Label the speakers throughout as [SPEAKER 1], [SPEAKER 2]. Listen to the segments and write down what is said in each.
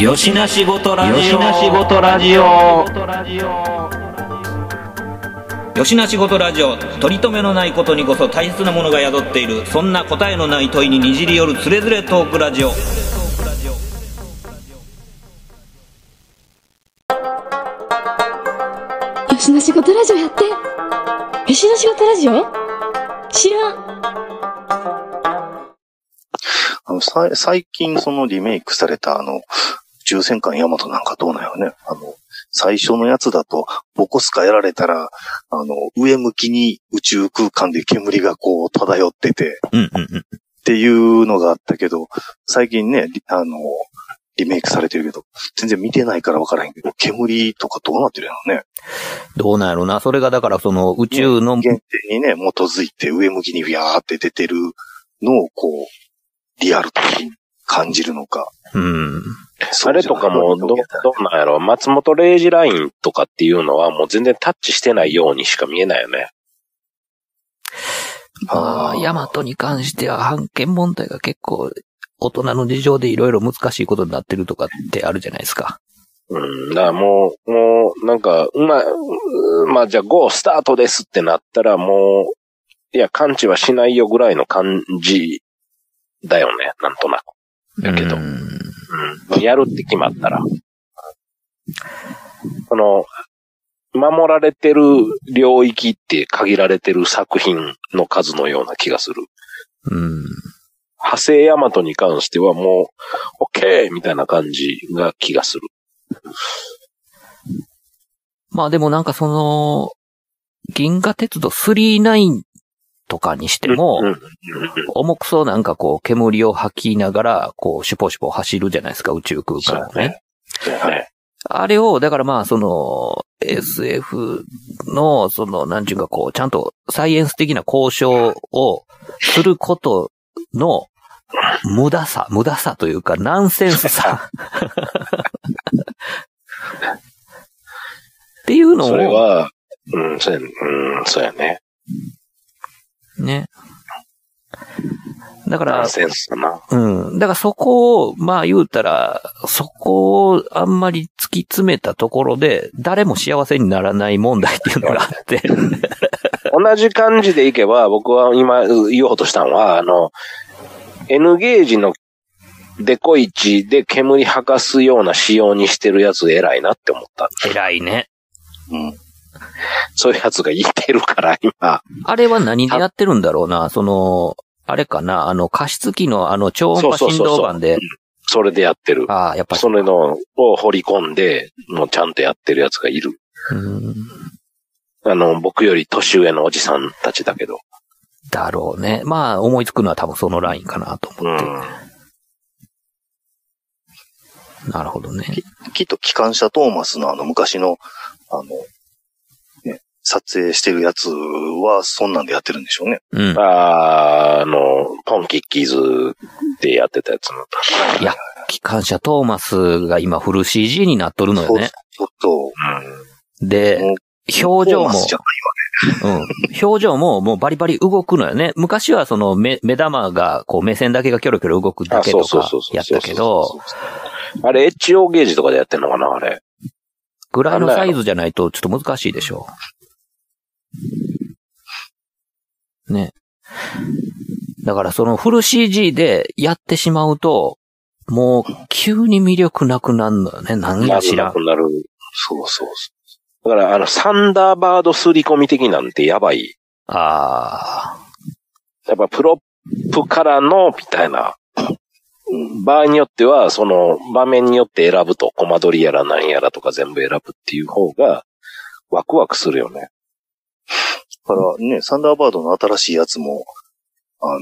[SPEAKER 1] よしな仕事ラジオよしな仕事ラジオよしな仕事ラジオ取り留めのないことにこそ大切なものが宿っているそんな答えのない問いににじり寄るつれづれトークラジオ
[SPEAKER 2] 吉野仕事ラジオやって吉野仕事ラジオ知らん
[SPEAKER 3] あの、さい最近そのリメイクされたあの、抽選艦ヤマトなんかどうなんやろね。あの、最初のやつだと、ボコスカやられたら、あの、上向きに宇宙空間で煙がこう漂ってて、
[SPEAKER 1] うんうんうん
[SPEAKER 3] っていうのがあったけど、最近ね、リあの、リメイクされてるけど、全然見てないからわからへんけど、煙とかどうなってるんやろね。
[SPEAKER 1] どうなんやろなそれがだからその宇宙の
[SPEAKER 3] 原点にね、基づいて上向きにビャーって出てるのをこう、リアルと感じるのか。
[SPEAKER 1] うん
[SPEAKER 3] そ
[SPEAKER 4] あ
[SPEAKER 3] う
[SPEAKER 4] れ
[SPEAKER 3] じゃ
[SPEAKER 4] と
[SPEAKER 3] ない
[SPEAKER 4] かも、ど、どうなんやろ松本零士ラインとかっていうのはもう全然タッチしてないようにしか見えないよね。
[SPEAKER 5] ま
[SPEAKER 3] あ
[SPEAKER 5] あ、
[SPEAKER 3] ー
[SPEAKER 5] ヤマトに関しては、判権問題が結構、大人の事情でいろいろ難しいことになってるとかってあるじゃないですか。
[SPEAKER 4] うん、だからもう、もう、なんか、うま、うまあじゃあ GO スタートですってなったらもう、いや、感知はしないよぐらいの感じだよね、なんとなく。だけど
[SPEAKER 1] うん
[SPEAKER 4] うん。やるって決まったら。その、守られてる領域って限られてる作品の数のような気がする。
[SPEAKER 1] うん
[SPEAKER 4] 派生ヤマトに関してはもう、オッケーみたいな感じが気がする。
[SPEAKER 5] まあでもなんかその、銀河鉄道39とかにしても、
[SPEAKER 4] うん、
[SPEAKER 5] 重くそうなんかこう、煙を吐きながら、こう、シュポシュポ走るじゃないですか、宇宙空間を
[SPEAKER 4] そう
[SPEAKER 5] ね
[SPEAKER 4] ね。ね。
[SPEAKER 5] あれを、だからまあ、その、SF の、その、なんちゅうかこう、ちゃんとサイエンス的な交渉をすることの、無駄さ、無駄さというか、ナンセンス さ。っていうの
[SPEAKER 4] それ
[SPEAKER 5] を、
[SPEAKER 4] は、うん、そうや、うん、そうやね。
[SPEAKER 5] ね。だか
[SPEAKER 4] ナ
[SPEAKER 5] ら
[SPEAKER 4] ン、センスだな。
[SPEAKER 5] うん。だからそこを、まあ言うたら、そこをあんまり突き詰めたところで、誰も幸せにならない問題っていうのがあって。
[SPEAKER 4] 同じ感じでいけば、僕は今言おうとしたのは、あの、N ゲージのデコイチで煙吐かすような仕様にしてるやつ偉いなって思った。
[SPEAKER 5] 偉いね。
[SPEAKER 3] うん。
[SPEAKER 4] そういうやつがいてるから、今。
[SPEAKER 5] あれは何でやってるんだろうな。その、あれかな、あの、加湿器のあの、超音波
[SPEAKER 4] そうそ
[SPEAKER 5] 振
[SPEAKER 4] うそうそう
[SPEAKER 5] 動板で、
[SPEAKER 4] それでやってる。
[SPEAKER 5] ああ、やっぱり
[SPEAKER 4] それのを掘り込んで、もうちゃんとやってるやつがいる。
[SPEAKER 5] うん、
[SPEAKER 4] あの、僕より年上のおじさんたちだけど。
[SPEAKER 5] だろうね。まあ、思いつくのは多分そのラインかなと
[SPEAKER 4] う
[SPEAKER 5] 思って。
[SPEAKER 4] ん。
[SPEAKER 5] なるほどね。
[SPEAKER 3] きっと機関車トーマスのあの昔の、あの、ね、撮影してるやつはそんなんでやってるんでしょうね。
[SPEAKER 5] うん。
[SPEAKER 4] あーあの、ポンキッキーズでやってたやつの。
[SPEAKER 5] 機関車トーマスが今フル CG になっとるのよ
[SPEAKER 3] そう
[SPEAKER 5] ね。
[SPEAKER 3] ちょっと、
[SPEAKER 5] で
[SPEAKER 3] もう、
[SPEAKER 5] 表情
[SPEAKER 3] トーマ
[SPEAKER 5] も、
[SPEAKER 3] スじゃ
[SPEAKER 5] うん。表情ももうバリバリ動くのよね。昔はその目、目玉が、こう目線だけがキョロキョロ動くだ
[SPEAKER 4] あ、
[SPEAKER 5] け
[SPEAKER 4] そ
[SPEAKER 5] と
[SPEAKER 4] うそう
[SPEAKER 5] か
[SPEAKER 4] そうそう。
[SPEAKER 5] やったけど、。
[SPEAKER 4] あれ、HO ゲージとかでやってんのかなあれ。
[SPEAKER 5] ぐらいのサイズじゃないとちょっと難しいでしょう。ね。だからそのフル CG でやってしまうと、もう急に魅力なくなるのよね。何
[SPEAKER 4] な
[SPEAKER 5] や
[SPEAKER 4] る
[SPEAKER 5] 知ら。
[SPEAKER 4] なんくなる。そうそうそう。だから、あの、サンダーバード刷り込み的なんてやばい。
[SPEAKER 5] ああ。
[SPEAKER 4] やっぱプロップからの、みたいな。場合によっては、その、場面によって選ぶと、コマ撮りやら何やらとか全部選ぶっていう方が、ワクワクするよね。
[SPEAKER 3] だからね、サンダーバードの新しいやつも、あの、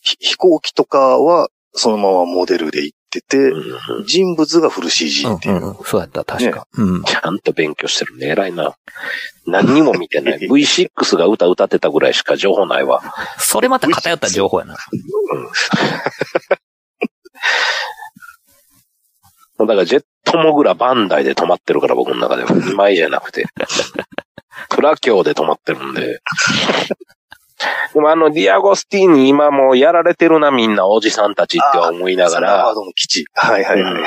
[SPEAKER 3] ひ飛行機とかはそのままモデルで行ってて、
[SPEAKER 4] うんうん
[SPEAKER 3] 人物がフル CG って
[SPEAKER 5] う
[SPEAKER 3] い
[SPEAKER 5] ん
[SPEAKER 3] う。
[SPEAKER 5] うん。そうやった、確か。うん。
[SPEAKER 4] ちゃんと勉強してるね。偉いな。何にも見て ない。V6 が歌歌ってたぐらいしか情報ないわ。
[SPEAKER 5] それまた偏った情報やな。
[SPEAKER 4] もうだからジェットモグラバンダイで止まってるから僕の中 では。前じゃなくて。プラキョで止まってるんで。でもあの、ディアゴスティーニ今もうやられてるな、みんなおじさんたちって思いなが
[SPEAKER 3] サンダーバー
[SPEAKER 4] ら、
[SPEAKER 3] ドの基地。はいはいはい。
[SPEAKER 4] うん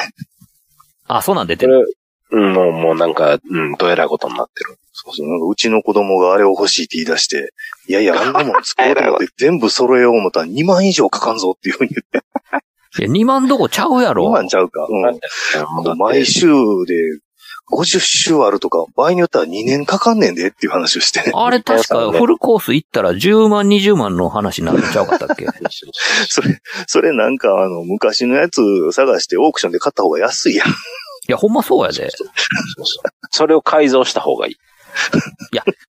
[SPEAKER 5] あ、そうなん出
[SPEAKER 4] そ
[SPEAKER 5] てる。
[SPEAKER 4] れ、うん、もうもうなんか、うん、どえらいことになってる。
[SPEAKER 3] そうそう。なんかうちの子供があれを欲しいって言い出して、いやいや、あんなもん作ろうと思って全部揃えよう思ったら2万以上かかんぞっていうふうに言って、
[SPEAKER 5] いや、2万どこちゃうやろ。
[SPEAKER 3] 2万ちゃうか。うん。
[SPEAKER 4] だって
[SPEAKER 3] 毎週で50週あるとか、場合によっては2年かかんねんでっていう話をしてね。
[SPEAKER 5] あれ確かフルコース行ったら10万20万の話になるんちゃうかったっけ
[SPEAKER 3] それ、 それなんかあの、昔のやつ探してオークションで買った方が安い やん。
[SPEAKER 5] いや、ほんまそうやで。
[SPEAKER 4] それを改造した方がいい。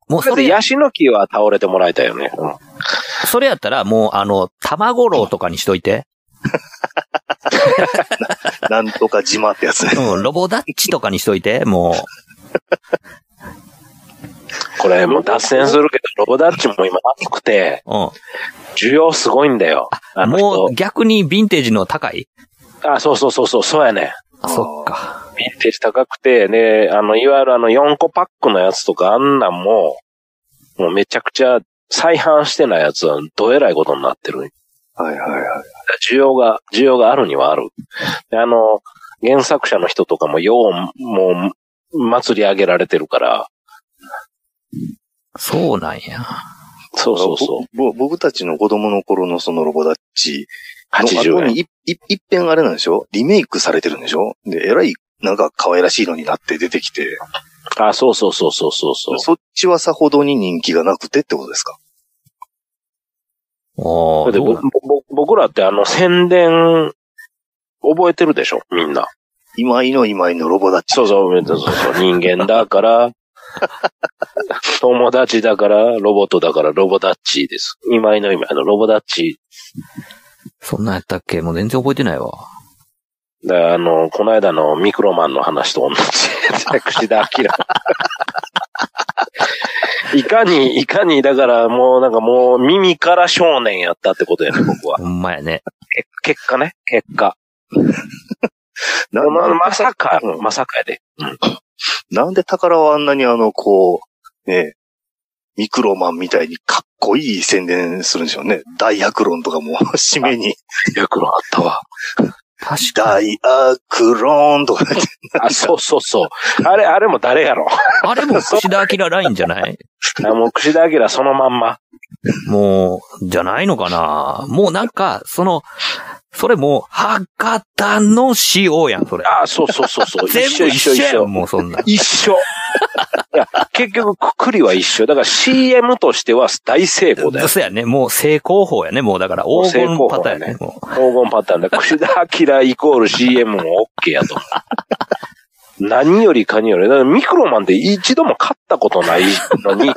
[SPEAKER 5] もう
[SPEAKER 4] ま
[SPEAKER 5] そ
[SPEAKER 4] ず、
[SPEAKER 5] れ
[SPEAKER 4] ヤシの木は倒れてもらいたいよね。うん
[SPEAKER 5] それやったら、もう、あの、卵楼とかにしといて。
[SPEAKER 3] なんとか島ってやつね。
[SPEAKER 5] うん、ロボダッチとかにしといて、もう。
[SPEAKER 4] これもう脱線するけど、ロボダッチも今熱くて、
[SPEAKER 5] う
[SPEAKER 4] 需要すごいんだよ。あ
[SPEAKER 5] ん。
[SPEAKER 4] の
[SPEAKER 5] もう
[SPEAKER 4] 人。
[SPEAKER 5] 逆にヴィンテージの高い
[SPEAKER 4] あ、そうそうそうそう、そうやね。
[SPEAKER 5] あ、そっか。
[SPEAKER 4] ヴィンテージ高くて、ね、あの、いわゆるあの4個パックのやつとかあんなんも、もうめちゃくちゃ再販してないやつはどえらいことになってる。
[SPEAKER 3] はいはいはい。
[SPEAKER 4] 需要が、需要があるにはある。であの、原作者の人とかもよう、もう、祭り上げられてるから、
[SPEAKER 5] そうなんや。
[SPEAKER 4] そうそうそう。
[SPEAKER 3] ぼぼ僕たちの子供の頃のそのロボダッチの後
[SPEAKER 4] 80円。
[SPEAKER 3] にいい一遍あれなんでしょリメイクされてるんでしょで、えらい、なんか可愛らしいのになって出てきて、
[SPEAKER 4] あ、そうそうそうそうそうそう。
[SPEAKER 3] そっちはさほどに人気がなくてってことですか
[SPEAKER 5] お
[SPEAKER 4] そ
[SPEAKER 5] ー
[SPEAKER 4] れで
[SPEAKER 5] どう
[SPEAKER 4] ぼ
[SPEAKER 5] なん
[SPEAKER 4] ぼ僕らってあの宣伝、覚えてるでしょみんな。
[SPEAKER 3] 今井の今井のロボダッチ。
[SPEAKER 4] そうそう、そうそ うそう人間だから、友達だから、ロボットだから、ロボダッチです。今井の今井のロボダッチ。
[SPEAKER 5] そんなんやったっけもう全然覚えてないわ。
[SPEAKER 4] だからあの、この間のミクロマンの話と同じ。私田 明。いかに、いかに、だからもうなんかもう耳から少年やったってことやね、僕は。
[SPEAKER 5] ほんまやね。
[SPEAKER 4] け結果ね、結果。
[SPEAKER 3] な
[SPEAKER 4] ま
[SPEAKER 3] な
[SPEAKER 4] まさか、まさかやで。
[SPEAKER 3] なんで宝はあんなにあの、こう、ね、ミクロマンみたいにかっこいい宣伝するんでしょうね。大悪論とかも締めに、
[SPEAKER 4] ヤクロあったわ。
[SPEAKER 5] 確 かに。
[SPEAKER 3] 大悪論とか言って、
[SPEAKER 4] あ、そうそうそう。あれ、あれも誰やろ。
[SPEAKER 5] あれも串田明ラインじゃない
[SPEAKER 4] あもう、串田明そのまんま。
[SPEAKER 5] もう、じゃないのかなもうなんか、その、それもう、博多の塩やん、それ。
[SPEAKER 4] あ、そうそうそうそう。
[SPEAKER 5] 全部一緒やん、。もうそんなん。
[SPEAKER 4] 一緒。いや、結局、くくりは一緒。だから CM としては大成功 だよ。
[SPEAKER 5] そうやね。もう成功法やね。もうだから黄金パターンやね。もう
[SPEAKER 4] 黄金パターンで、串田明イコール CM も OK やと。何よりかにより、だからミクロマンって一度も勝ったことないのに、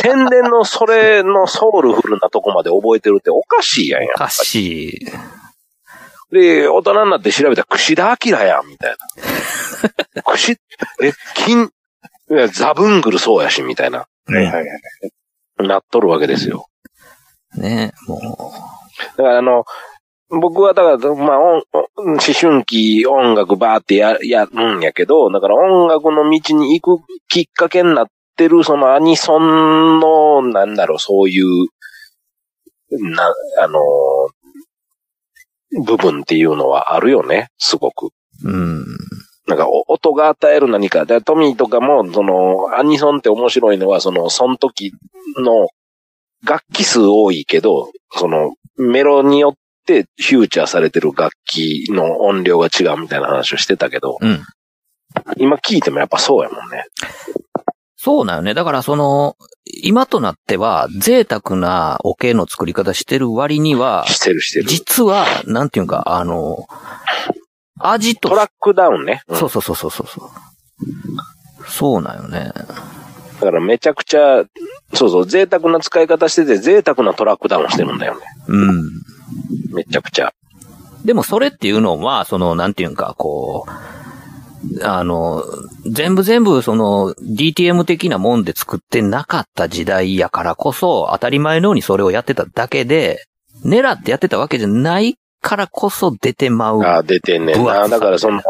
[SPEAKER 4] 宣伝のそれのソウルフルなとこまで覚えてるっておかしいやんや
[SPEAKER 5] お。かしい。
[SPEAKER 4] で、大人になって調べたら、串田明やん、みたいな。串、え、金、いやザブングルそうやし、みたいな、
[SPEAKER 5] はい
[SPEAKER 3] はいはい。
[SPEAKER 4] なっとるわけですよ。
[SPEAKER 5] ねも
[SPEAKER 4] だから、あの、僕は、だから、まあ、音思春期、音楽バーってや、やるんやけど、だから音楽の道に行くきっかけになってる、そのアニソンの、なんだろう、そういう、な、あの、部分っていうのはあるよね、すごく。
[SPEAKER 5] う、うん。
[SPEAKER 4] なんか、お音が与える何か。で、トミーとかも、その、アニソンって面白いのは、その、その時の、楽器数多いけど、その、メロによってフューチャーされてる楽器の音量が違うみたいな話をしてたけど、
[SPEAKER 5] うん。
[SPEAKER 4] 今聞いてもやっぱそうやもんね。
[SPEAKER 5] そうなよね。だからその、今となっては、贅沢なおけの作り方してる割には、
[SPEAKER 4] してるしてる。
[SPEAKER 5] 実は、なんていうか、あの、味と
[SPEAKER 4] トラックダウンね。うん
[SPEAKER 5] そうそうそうそうそうそう。そうなんよね。
[SPEAKER 4] だからめちゃくちゃ、そうそう、贅沢な使い方してて、贅沢なトラックダウンしてるんだよね。
[SPEAKER 5] うん。
[SPEAKER 4] めちゃくちゃ。
[SPEAKER 5] でもそれっていうのは、その、なんていうんか、こう、あの、全部全部、その、DTM 的なもんで作ってなかった時代やからこそ、当たり前のようにそれをやってただけで、狙ってやってたわけじゃないからこそ出てまう。
[SPEAKER 4] ああ、出てんねん
[SPEAKER 5] 分厚
[SPEAKER 4] な。
[SPEAKER 5] さ
[SPEAKER 4] だからその、うん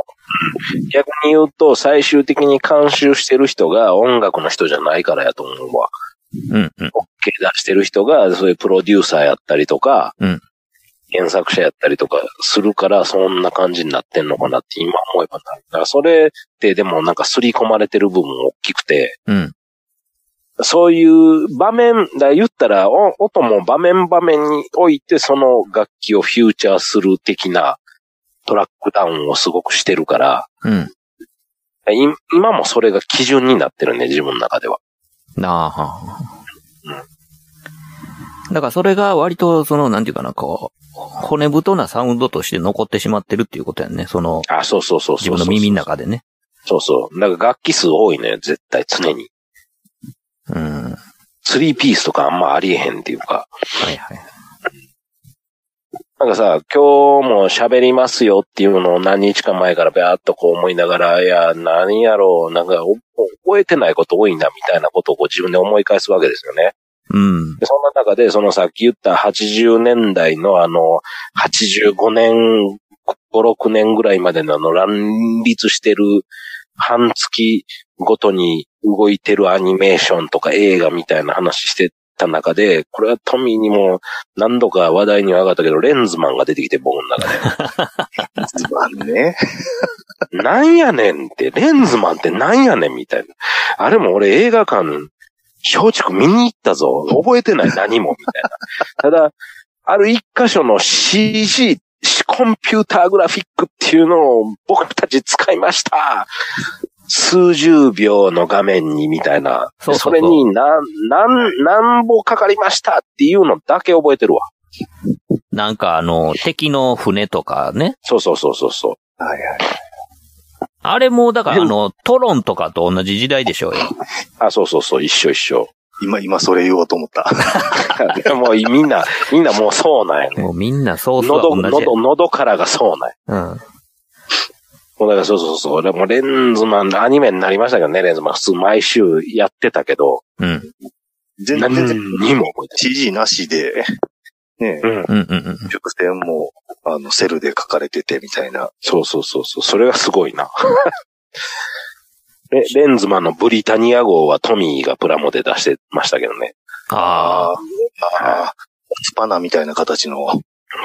[SPEAKER 4] 逆に言うと、最終的に監修してる人が音楽の人じゃないからやと思うわ。
[SPEAKER 5] うん、うん。
[SPEAKER 4] OK 出してる人が、そういうプロデューサーやったりとか、
[SPEAKER 5] うん
[SPEAKER 4] 原作者やったりとかするから、そんな感じになってんのかなって今思えばなる。だからそれってでもなんか刷り込まれてる部分大きくて、
[SPEAKER 5] うん。
[SPEAKER 4] そういう場面、だ言ったら、お音も場面場面において、その楽器をフューチャーする的なトラックダウンをすごくしてるから、
[SPEAKER 5] うん。
[SPEAKER 4] い今もそれが基準になってるね、自分の中では。
[SPEAKER 5] なあはあ。だからそれが割と、その、なんていうかな、こう、骨太なサウンドとして残ってしまってるっていうことやんね。その、
[SPEAKER 4] あ、そうそうそう
[SPEAKER 5] 自
[SPEAKER 4] そうそう
[SPEAKER 5] 分の耳の中でね。
[SPEAKER 4] そうそう。だから楽器数多いね、絶対常に。
[SPEAKER 5] うん。はい
[SPEAKER 4] 3ピースとかあんまありえへんっていうか。
[SPEAKER 5] はい。
[SPEAKER 4] なんかさ、今日も喋りますよっていうのを何日か前からばーっとこう思いながら、いや、何やろう、なんかお覚えてないこと多いんだみたいなことをこう自分で思い返すわけですよね。
[SPEAKER 5] うん。
[SPEAKER 4] でそんな中で、そのさっき言った80年代のあの、85年、5、6年ぐらいまでのあの、乱立してる、半月ごとに動いてるアニメーションとか映画みたいな話してた中で、これはトミーにも何度か話題には上がったけど、レンズマンが出てきて僕の中で。
[SPEAKER 3] ズバンね。
[SPEAKER 4] なんやねんって、レンズマンってなんやねんみたいな。あれも俺映画館、松竹見に行ったぞ。覚えてない何も、みたいな。ただ、ある一箇所の CG、コンピューターグラフィックっていうのを僕たち使いました。数十秒の画面にみたいな。
[SPEAKER 5] そうそうそう
[SPEAKER 4] れに何、何、何歩かかりましたっていうのだけ覚えてるわ。
[SPEAKER 5] なんかあの、敵の船とかね。
[SPEAKER 4] そうそうそうそうそう。
[SPEAKER 3] はいはい。
[SPEAKER 5] あれも、だからあの、トロンとかと同じ時代でしょうよ。
[SPEAKER 4] あ、そうそうそう、一緒一緒。
[SPEAKER 3] 今、今それ言おうと思った。
[SPEAKER 4] もうみんな、みんなもうそうなんや ね。
[SPEAKER 5] もうみんなソースは
[SPEAKER 4] 喉、
[SPEAKER 5] 同じ
[SPEAKER 4] 喉、喉からがそうなんや。
[SPEAKER 5] や。
[SPEAKER 4] もうだからそうそうそう。でもレンズマン、アニメになりましたけどね、レンズマン。普通毎週やってたけど、
[SPEAKER 5] うん。うん。
[SPEAKER 3] 全
[SPEAKER 4] 何
[SPEAKER 3] 然
[SPEAKER 4] にも覚えて
[SPEAKER 3] CG なしで、ね、
[SPEAKER 4] ない。うん。
[SPEAKER 5] うんうんうん。
[SPEAKER 3] 曲線も、あの、セルで書かれててみたいな。
[SPEAKER 4] そうそうそうそう。それがすごいな。 レレンズマンのブリタニア号はトミーがプラモで出してましたけどね。
[SPEAKER 5] ああ。
[SPEAKER 3] ああ、スパナみたいな形の、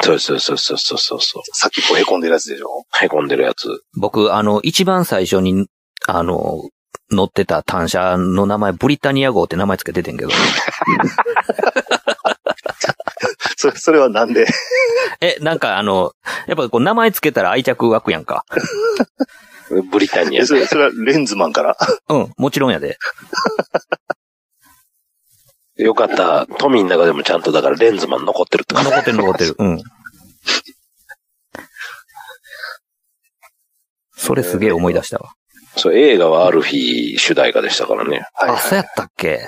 [SPEAKER 4] そうそうそうそうそうそうそう。
[SPEAKER 3] さっきこう凹んでるやつでしょ
[SPEAKER 4] へこんでるやつ。
[SPEAKER 5] 僕、あの、一番最初に、あの、乗ってた単車の名前、ブリタニア号って名前つけててんけど。
[SPEAKER 3] それ、それはなんで
[SPEAKER 5] え、なんかあの、やっぱこう名前つけたら愛着湧くやんか。
[SPEAKER 4] ブリタニア
[SPEAKER 3] え。それ、それはレンズマンから。
[SPEAKER 5] うん、もちろんやで。
[SPEAKER 4] よかった。トミーの中でもちゃんとだからレンズマン残ってるってこと
[SPEAKER 5] 残ってる残ってる。うん。それすげえ思い出したわ。
[SPEAKER 4] そう、映画はある日主題歌でしたからね。
[SPEAKER 3] はい、
[SPEAKER 5] あ、
[SPEAKER 3] はい。
[SPEAKER 5] そうやったっけ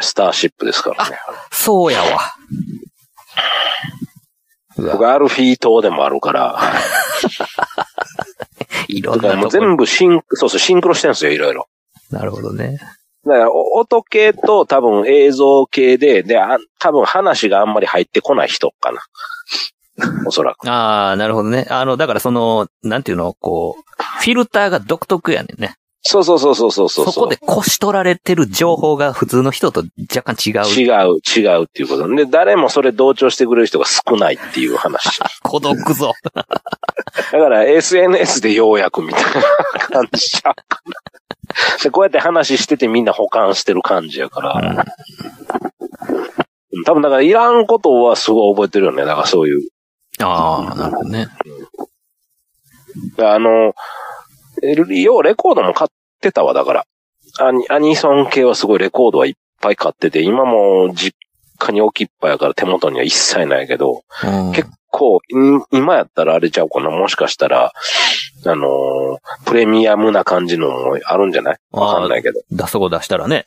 [SPEAKER 4] スターシップですからね。
[SPEAKER 5] そうやわ。うわ
[SPEAKER 4] 僕、アルフィー島でもあるから、
[SPEAKER 5] いろ
[SPEAKER 4] だ
[SPEAKER 5] ん
[SPEAKER 4] から
[SPEAKER 5] な
[SPEAKER 4] もう
[SPEAKER 5] とこ。
[SPEAKER 4] 全部シン、そうそう、シンクロしてるんですよ、いろいろ。
[SPEAKER 5] なるほどね。
[SPEAKER 4] だから、お音系と多分映像系で、で、あ多分話があんまり入ってこない人かな。おそらく。
[SPEAKER 5] ああ、なるほどね。あの、だからその、なんていうの、こう、フィルターが独特やねんね。
[SPEAKER 4] そうそうそうそうそうそ。
[SPEAKER 5] そうこで腰取られてる情報が普通の人と若干違う。
[SPEAKER 4] 違う、違うっていうこと。で、誰もそれ同調してくれる人が少ないっていう話。だ
[SPEAKER 5] 孤独ぞ。
[SPEAKER 4] から、SNS でようやくみたいな感じちゃうかなで、こうやって話しててみんな保管してる感じやから。多分だからいらんことはすごい覚えてるよね。だからそういう。
[SPEAKER 5] ああ、なるほどね。
[SPEAKER 4] あの、えようレコードも買ってたわ、だから。アニアニソン系はすごいレコードはいっぱい買ってて、今も実家に置きっぱやから手元には一切ないけど、
[SPEAKER 5] うん
[SPEAKER 4] 結こう、い今やったらあれちゃうかな。もしかしたら、あのープレミアムな感じのもあるんじゃないわかんないけど。
[SPEAKER 5] 出そう出したらね。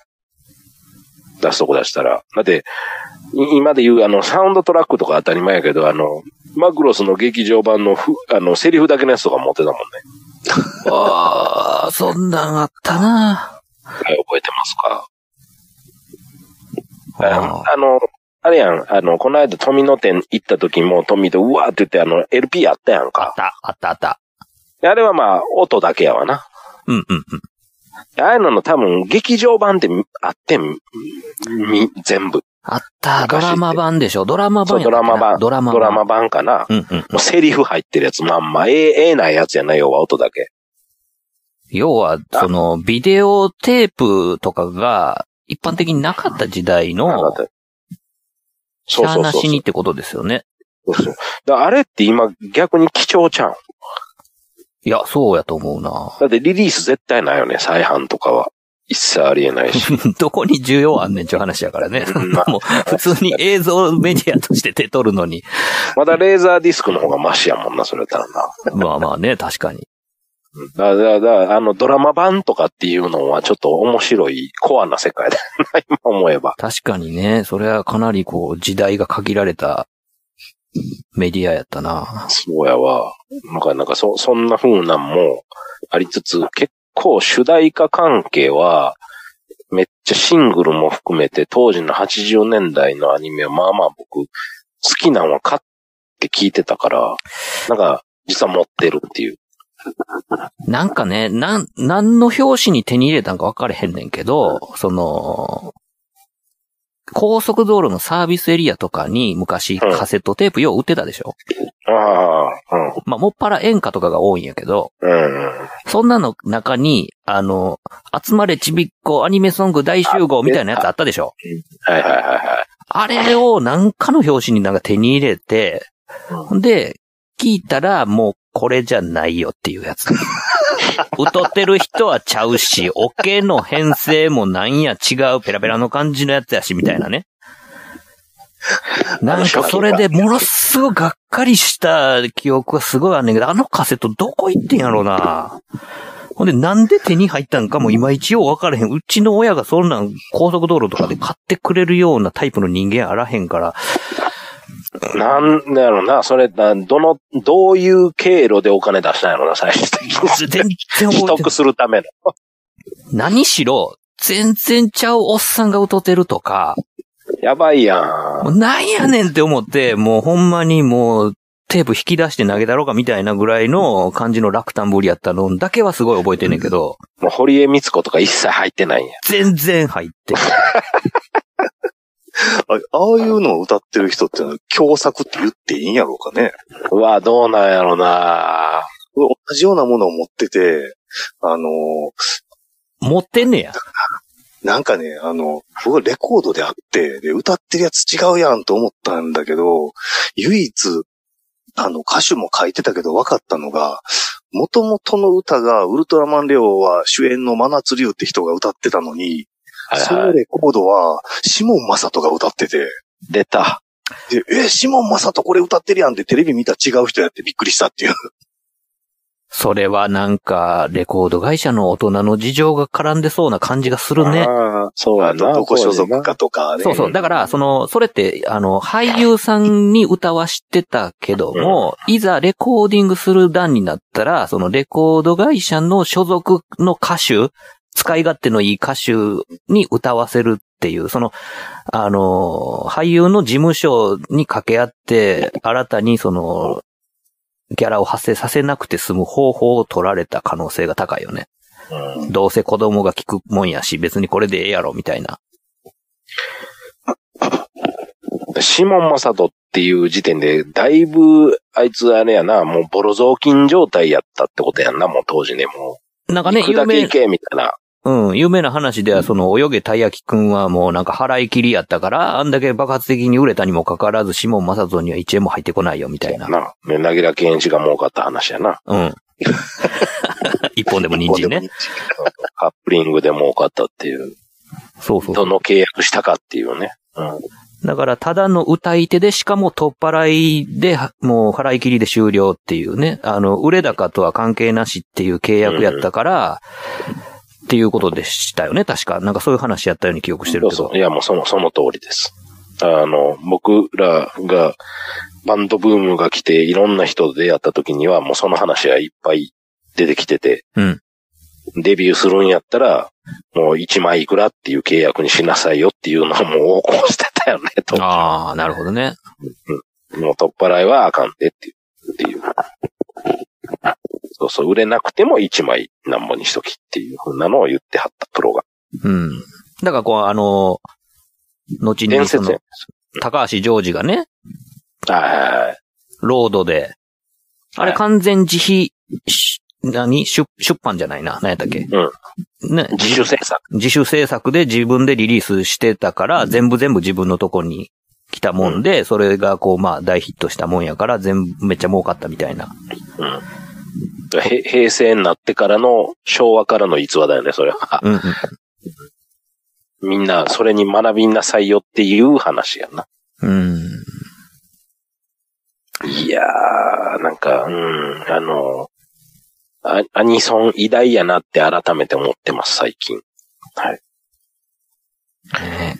[SPEAKER 4] 出すとこ出したら。だって、い今で言うあの、サウンドトラックとか当たり前やけど、あの、マクロスの劇場版のふ、あの、セリフだけのやつとか持ってたもんね。
[SPEAKER 5] ああ、そんなんあったな。
[SPEAKER 4] はい、覚えてますか
[SPEAKER 5] あ
[SPEAKER 4] あの、あれやん、あの、この間、富野店行った時も、富とうわーって言って、あの、LP あったやん
[SPEAKER 5] あっ
[SPEAKER 4] か。
[SPEAKER 5] た、あった、あった。
[SPEAKER 4] あれはまあ、音だけやわな。
[SPEAKER 5] うん、うん、うん。
[SPEAKER 4] ああいうのの多分、劇場版ってあってん、み、全部。
[SPEAKER 5] あった、ド
[SPEAKER 4] 昔って
[SPEAKER 5] ラマ版でしょドラマ版
[SPEAKER 4] そう、
[SPEAKER 5] やっ
[SPEAKER 4] ド
[SPEAKER 5] たか
[SPEAKER 4] ラ
[SPEAKER 5] な
[SPEAKER 4] マ版。
[SPEAKER 5] ドラマ版。
[SPEAKER 4] ドラマ版かな。
[SPEAKER 5] うんうん。
[SPEAKER 4] もうセリフ入ってるやつ、まんま、ええ、ええないやつやな、要は音だけ。
[SPEAKER 5] 要は、その、ビデオテープとかが一般的になかった時代
[SPEAKER 4] なんか
[SPEAKER 5] の
[SPEAKER 4] あ、った
[SPEAKER 5] し
[SPEAKER 4] そう
[SPEAKER 5] ゃあ
[SPEAKER 4] そう
[SPEAKER 5] な
[SPEAKER 4] そう
[SPEAKER 5] し
[SPEAKER 4] そ
[SPEAKER 5] に
[SPEAKER 4] う。
[SPEAKER 5] ってことですよね。
[SPEAKER 4] そうそうだからあれって今、逆に貴重ちゃうん。
[SPEAKER 5] いや、そうやと思うな。
[SPEAKER 4] だってリリース絶対ないよね、再販とかは。一切ありえな いし。
[SPEAKER 5] どこに需要あんねんちゅう話やからね。
[SPEAKER 4] うんまあ
[SPEAKER 5] もう、普通に映像メディアとして手取るのに。
[SPEAKER 4] まだレーザーディスクの方がマシやもんな、それだったらな。
[SPEAKER 5] まあまあね、確かに。
[SPEAKER 4] うんだだだあの、ドラマ版とかっていうのはちょっと面白い、コアな世界だよな、今思えば。
[SPEAKER 5] 確かにね、それはかなりこう、時代が限られたメディアやったな。
[SPEAKER 4] そうやわ。なんか、なんかそ、そんな風なんもありつつ、結構主題歌関係は、めっちゃシングルも含めて、当時の80年代のアニメは、まあまあ僕、好きなのは買って聞いてたから、なんか、実は持ってるっていう。
[SPEAKER 5] なんかね、なん、何の表紙に手に入れたんか分かれへんねんけど、その、高速道路のサービスエリアとかに昔
[SPEAKER 4] うん
[SPEAKER 5] カセットテープよう売ってたでしょ、
[SPEAKER 4] ああ、うん。
[SPEAKER 5] まあ、もっぱら演歌とかが多いんやけど、
[SPEAKER 4] うんうん。
[SPEAKER 5] そんなの中に、あの、集まれちびっこアニメソング大集合みたいなやつあったでしょ
[SPEAKER 4] はいはいはいはい。
[SPEAKER 5] あれをなんかの表紙になんか手に入れて、ほんで、聞いたらもうこれじゃないよっていうやつ。歌ってる人はちゃうし、オケの編成もなんや違うペラペラの感じのやつやし、みたいなね。なんかそれでものすごいがっかりした記憶がすごいあんねんけど、あのカセットどこ行ってんやろうな。ほんで、なんで手に入ったんかも今一応分からへん。うちの親がそんなん高速道路とかで買ってくれるようなタイプの人間あらへんから、
[SPEAKER 4] なんだろうな、それ、などの、どういう経路でお金出したんやろうな、最終的
[SPEAKER 5] 全
[SPEAKER 4] に。
[SPEAKER 5] 然 覚
[SPEAKER 4] 取
[SPEAKER 5] えてな
[SPEAKER 4] 得
[SPEAKER 5] い。
[SPEAKER 4] するための。
[SPEAKER 5] 何しろ、全然ちゃうおっさんが歌ってるとか、
[SPEAKER 4] やばいや
[SPEAKER 5] も
[SPEAKER 4] ん。
[SPEAKER 5] うなんやねんって思って、もうほんまにもう、テープ引き出して投げたろうかみたいなぐらいの感じの落胆ぶりやったのだけはすごい覚えてんねんけど、
[SPEAKER 4] もう堀江光子とか一切入ってないんや。
[SPEAKER 5] 全然入ってない。
[SPEAKER 3] あああいうのを歌ってる人っていうのは、共作って言っていいんやろうかね。
[SPEAKER 4] うわ、どうなんやろうな。
[SPEAKER 3] 同じようなものを持ってて、あの、
[SPEAKER 5] 持ってんねや。
[SPEAKER 3] なんかね、あの、僕レコードであって、で、歌ってるやつ違うやんと思ったんだけど、唯一、あの、歌手も書いてたけど分かったのが、元々の歌が、ウルトラマンレオは主演の真夏竜って人が歌ってたのに、そ
[SPEAKER 4] はいは
[SPEAKER 3] の
[SPEAKER 4] い。
[SPEAKER 3] レコードは、シモン・マサトが歌ってて、
[SPEAKER 4] 出た。
[SPEAKER 3] で、え、シモン・マサトこれ歌ってるやんってテレビ見たら違う人やってびっくりしたっていう。
[SPEAKER 5] それはなんか、レコード会社の大人の事情が絡んでそうな感じがするね。
[SPEAKER 4] あーそうや
[SPEAKER 3] あ
[SPEAKER 4] な。
[SPEAKER 3] の、どこ所
[SPEAKER 4] そうや
[SPEAKER 3] 属
[SPEAKER 4] な
[SPEAKER 3] かとかね。
[SPEAKER 5] そうそう。だから、その、それって、あの、俳優さんに歌わしてたけども、いざレコーディングする段になったら、そのレコード会社の所属の歌手、使い勝手のいい歌手に歌わせるっていう、その、あの、俳優の事務所に掛け合って、新たにその、ギャラを発生させなくて済む方法を取られた可能性が高いよね。どうせ子供が聞くもんやし、別にこれでええやろ、みたいな。
[SPEAKER 4] シモン・マサトっていう時点で、だいぶ、あいつあれやな、もうボロ雑巾状態やったってことやんな、もう当時ね、も
[SPEAKER 5] なん
[SPEAKER 4] う。
[SPEAKER 5] かね、
[SPEAKER 4] 行く
[SPEAKER 5] 有
[SPEAKER 4] だけ
[SPEAKER 5] 名
[SPEAKER 4] 行、け、みたいな。
[SPEAKER 5] うん、有名な話では、その、泳げたいやきくんはもうなんか払い切りやったから、あんだけ爆発的に売れたにもかかわらず、シモン・マサトには1円も入ってこないよ、みたいな。
[SPEAKER 4] な、ね、なぎら健一が儲かった話やな。
[SPEAKER 5] うん。 一本でも人参ね。
[SPEAKER 4] カップリングで儲かったっていう。
[SPEAKER 5] そうそう
[SPEAKER 4] どの契約したかっていうね。うん。
[SPEAKER 5] だから、ただの歌い手で、しかも取っ払いで、はもう払い切りで終了っていうね、あの、売れ高とは関係なしっていう契約やったから、っていうことでしたよね、確か。なんかそういう話やったように記憶してる
[SPEAKER 4] そう
[SPEAKER 5] けど。
[SPEAKER 4] そう。いや、もうその、その通りです。あの、僕らが、バンドブームが来て、いろんな人と出会った時には、もうその話がいっぱい出てきてて、
[SPEAKER 5] うん
[SPEAKER 4] デビューするんやったら、もう1枚いくらっていう契約にしなさいよっていうのをもう横行してたよね、と。
[SPEAKER 5] ああ、なるほどね。
[SPEAKER 4] もう取っ払いはあかんでっていう。っていう。そうそう、売れなくても1枚なんぼにしときっていう風なのを言ってはったプロが。
[SPEAKER 5] うん。だからこう、あの、後に
[SPEAKER 4] 伝
[SPEAKER 5] そ
[SPEAKER 4] 説
[SPEAKER 5] の、
[SPEAKER 4] や
[SPEAKER 5] 高橋ジョージがね、
[SPEAKER 4] はいはい
[SPEAKER 5] ロードで、あれ完全自費、し何出出版じゃないな。何やったっけね。
[SPEAKER 4] 自主制作。
[SPEAKER 5] 自主制作で自分でリリースしてたから、全部全部自分のとこに来たもんで、それがこう、まあ大ヒットしたもんやから、全部めっちゃ儲かったみたいな。
[SPEAKER 4] へ平成になってからの昭和からの逸話だよね、それは。
[SPEAKER 5] うんうん。
[SPEAKER 4] みんな、それに学びなさいよっていう話やな。
[SPEAKER 5] うん。
[SPEAKER 4] いやー、なんか、うん、あの、アアニソン偉大やなって改めて思ってます、最近。はい。
[SPEAKER 5] ね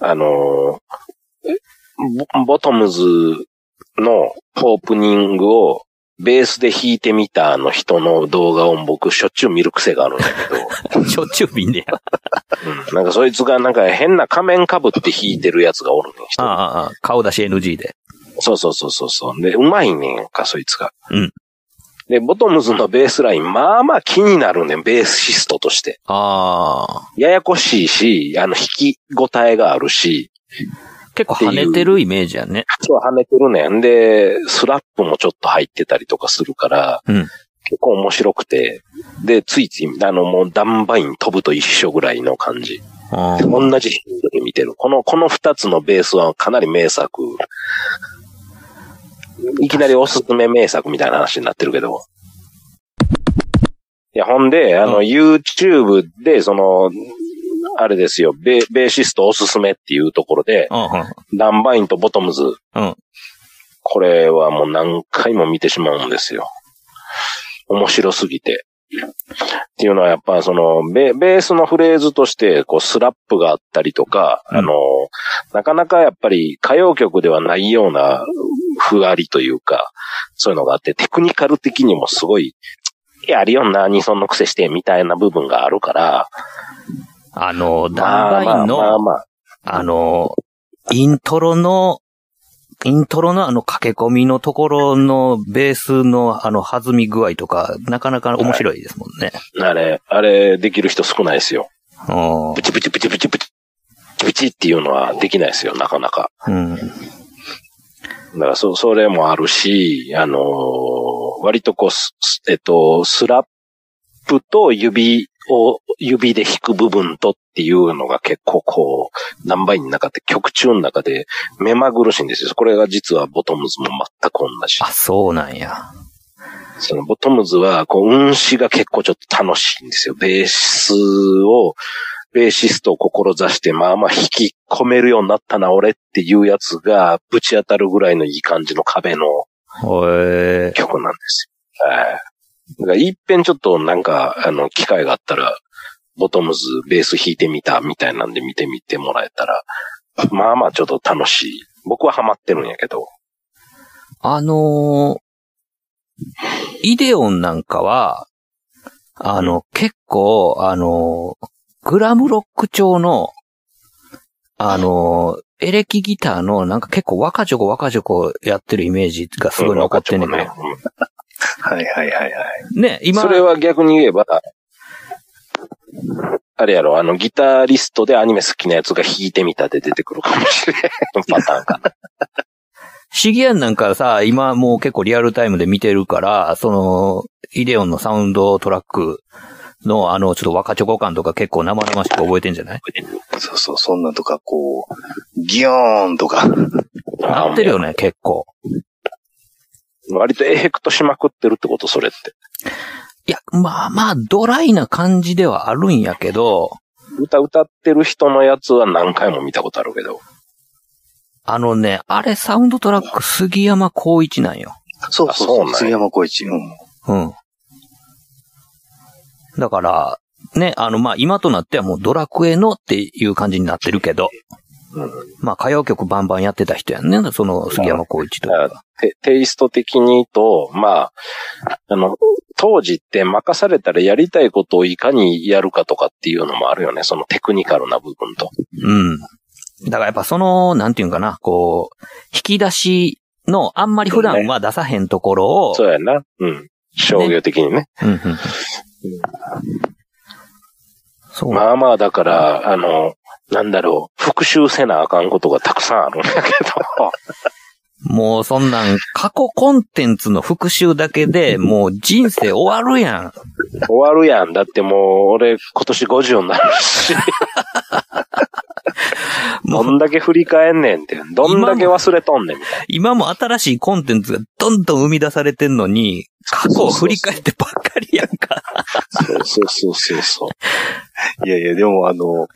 [SPEAKER 4] あのーボ、ボトムズのオープニングをベースで弾いてみたあの人の動画を僕しょっちゅう見る癖があるんだけど、
[SPEAKER 5] しょっちゅう瓶で や。
[SPEAKER 4] うんなんかそいつがなんか変な仮面被って弾いてるやつがおるねん
[SPEAKER 5] あ
[SPEAKER 4] 人
[SPEAKER 5] あああ、顔出し NG で。
[SPEAKER 4] そうそうそうそうそう。で、うまいねんか、そいつが。
[SPEAKER 5] うん。
[SPEAKER 4] で、ボトムズのベースライン、まあまあ気になるねん、ベーシストとして。
[SPEAKER 5] ああ。
[SPEAKER 4] ややこしいし、あの、弾き応えがあるし、
[SPEAKER 5] 結構跳ねてるイメージやね。
[SPEAKER 4] そう跳ねてるねん。で、スラップもちょっと入ってたりとかするから、
[SPEAKER 5] うん
[SPEAKER 4] 結構面白くて、で、ついつい、あの、もうダンバイン飛ぶと一緒ぐらいの感じ。
[SPEAKER 5] あ
[SPEAKER 4] 同じ頻度で見てる。この、この二つのベースはかなり名作。いきなりおすすめ名作みたいな話になってるけど。いや、ほんで、あの、
[SPEAKER 5] う
[SPEAKER 4] YouTube で、その、あれですよ、ベベーシストおすすめっていうところで、
[SPEAKER 5] あ。
[SPEAKER 4] ダンバインとボトムズ。
[SPEAKER 5] うん
[SPEAKER 4] これはもう何回も見てしまうんですよ。面白すぎて。っていうのはやっぱそのベ、ベースのフレーズとして、こうスラップがあったりとか、
[SPEAKER 5] うん
[SPEAKER 4] あの、なかなかやっぱり歌謡曲ではないようなふわりというか、そういうのがあって、テクニカル的にもすごい、いや、あるよんな、アニソンの癖して、みたいな部分があるから、
[SPEAKER 5] あの、
[SPEAKER 4] ま
[SPEAKER 5] ダ
[SPEAKER 4] あ
[SPEAKER 5] ンバイン
[SPEAKER 4] まあまあ
[SPEAKER 5] の、
[SPEAKER 4] まあ、
[SPEAKER 5] あの、イントロの、イントロのあの駆け込みのところのベースのあの弾み具合とか、なかなか面白いですもんね。
[SPEAKER 4] あれ、あれ、できる人少ないですよ。プチプチプチプチプチ、プチっていうのはできないですよ、なかなか。
[SPEAKER 5] うん。うん。
[SPEAKER 4] だから、そ、それもあるし、あのー割とこうす、すえっと、スラップと指を、指で弾く部分とっていうのが結構こう、何倍になかって曲中の中で目まぐるしいんですよ。これが実はボトムズも全く同じ。
[SPEAKER 5] あ、そうなんや。
[SPEAKER 4] そのボトムズは、こう、運指が結構ちょっと楽しいんですよ。ベースを、ベーシストを志して、まあまあ引き込めるようになったな、俺っていうやつが、ぶち当たるぐらいのいい感じの壁の
[SPEAKER 5] へえ。
[SPEAKER 4] 曲なんですよ。はい。だから、いっぺんちょっとなんか、あの、機会があったら、ボトムズベース弾いてみたみたいなんで見てみてもらえたら、まあまあちょっと楽しい。僕はハマってるんやけど。
[SPEAKER 5] あのーイデオンなんかは、あの、結構、あのーグラムロック調の、あのーエレキギターの、なんか結構若ちょこ若ちょこやってるイメージがすごい残ってんねんけど。
[SPEAKER 4] うん
[SPEAKER 3] はいはいはいはい。
[SPEAKER 5] ね、今、
[SPEAKER 4] それは逆に言えば、あれやろ、あの、ギタリストでアニメ好きなやつが弾いてみたで出てくるかもしれんパターンか。
[SPEAKER 5] シギアンなんかさ、今もう結構リアルタイムで見てるから、その、イデオンのサウンドトラックのあの、ちょっと若ちょこ感とか結構生々しく覚えてんじゃない
[SPEAKER 3] そうそう、そんなんとか、こう、ギヨーンとか、
[SPEAKER 5] なってるよね、結構。
[SPEAKER 4] 割とエフェクトしまくってるってこと、それって。
[SPEAKER 5] いや、まあまあ、ドライな感じではあるんやけど、
[SPEAKER 4] 歌歌ってる人のやつは何回も見たことあるけど。
[SPEAKER 5] あのね、あれサウンドトラック杉山孝一なんよ。
[SPEAKER 3] そう
[SPEAKER 4] あ
[SPEAKER 3] そう
[SPEAKER 4] そう
[SPEAKER 3] そ
[SPEAKER 4] なん
[SPEAKER 3] う、
[SPEAKER 4] や
[SPEAKER 3] 杉山浩一。うん。
[SPEAKER 5] うん。だから、ね、あの、まあ今となってはもうドラクエのっていう感じになってるけど、
[SPEAKER 4] うん
[SPEAKER 5] まあ歌謡曲バンバンやってた人やんね、その杉山孝一というか。
[SPEAKER 4] テテイスト的にと、まあ、あの、当時って任されたらやりたいことをいかにやるかとかっていうのもあるよね。そのテクニカルな部分と。
[SPEAKER 5] うん。だからやっぱその、なんていうんかな、こう、引き出しの、あんまり普段は出さへんところを、
[SPEAKER 4] そうやな。うん。商業的にね。
[SPEAKER 5] うんうんうんそう。
[SPEAKER 4] まあまあ、だから、あの、なんだろう、復習せなあかんことがたくさんあるんだけど。
[SPEAKER 5] もうそんなん、過去コンテンツの復習だけで、もう人生終わるやん。
[SPEAKER 4] 終わるやん。だってもう、俺、今年50になる し。
[SPEAKER 5] も
[SPEAKER 4] ど
[SPEAKER 5] うん
[SPEAKER 4] だけ振り返んねんって。どんだけ忘れとんねんみたい
[SPEAKER 5] 今も新しいコンテンツがどんどん生み出されてんのに、過去を振り返ってばっかりやんか。
[SPEAKER 4] な。そうそうそうそう。
[SPEAKER 3] いやいや、でもあの、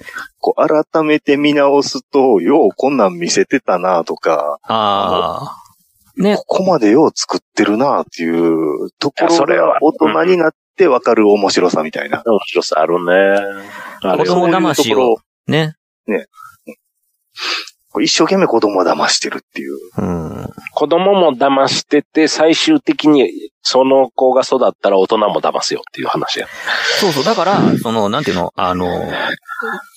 [SPEAKER 3] こう、改めて見直すと、ようこんなん見せてたなとか、
[SPEAKER 5] ああ。ね
[SPEAKER 3] こ。こまでよう作ってるなっていうとこ
[SPEAKER 4] いやそ
[SPEAKER 3] ろ
[SPEAKER 4] れは
[SPEAKER 3] が大人になってわかる面白さみたいな。
[SPEAKER 4] 面白さあるね。あ
[SPEAKER 5] 子
[SPEAKER 4] れ
[SPEAKER 5] 供
[SPEAKER 4] よ。
[SPEAKER 5] 魂
[SPEAKER 3] そういうと
[SPEAKER 5] を
[SPEAKER 3] こ。
[SPEAKER 5] ね。
[SPEAKER 3] こう一生懸命子供を騙してるっていう。
[SPEAKER 5] うん。
[SPEAKER 4] 子供も騙してて、最終的にその子が育ったら大人も騙すよっていう話や。
[SPEAKER 5] そうそう。だから、その、なんていうの、あの、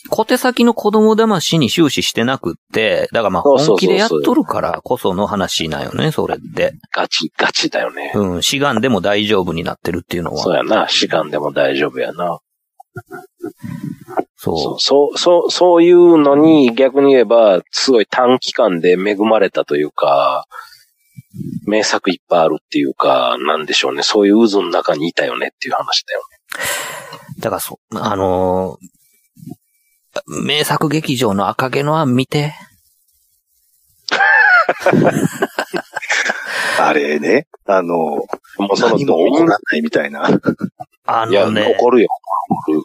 [SPEAKER 5] 小手先の子供魂に終始してなくって、だからまあ
[SPEAKER 4] そうそうそ
[SPEAKER 5] 本
[SPEAKER 4] う
[SPEAKER 5] 気でやっとるからこその話なんよね、それって。
[SPEAKER 4] ガチガチだよね。
[SPEAKER 5] うん、志願でも大丈夫になってるっていうの
[SPEAKER 4] そ
[SPEAKER 5] は。
[SPEAKER 4] うやな。志願でも大丈夫やな。そ、
[SPEAKER 5] そう
[SPEAKER 4] そう、そう、そういうのに逆に言えば、すごい短期間で恵まれたというか、名作いっぱいあるっていうか、なんでしょうね。そういう渦の中にいたよねっていう話だよ
[SPEAKER 5] う。だからそう、あのー名作劇場の赤毛のアン見て。
[SPEAKER 3] あれね、あの、も
[SPEAKER 4] ね。も
[SPEAKER 3] う
[SPEAKER 4] うその、
[SPEAKER 3] 何も起こらないみたいな。
[SPEAKER 5] あ
[SPEAKER 4] いや、
[SPEAKER 5] のね。
[SPEAKER 4] 怒るよ。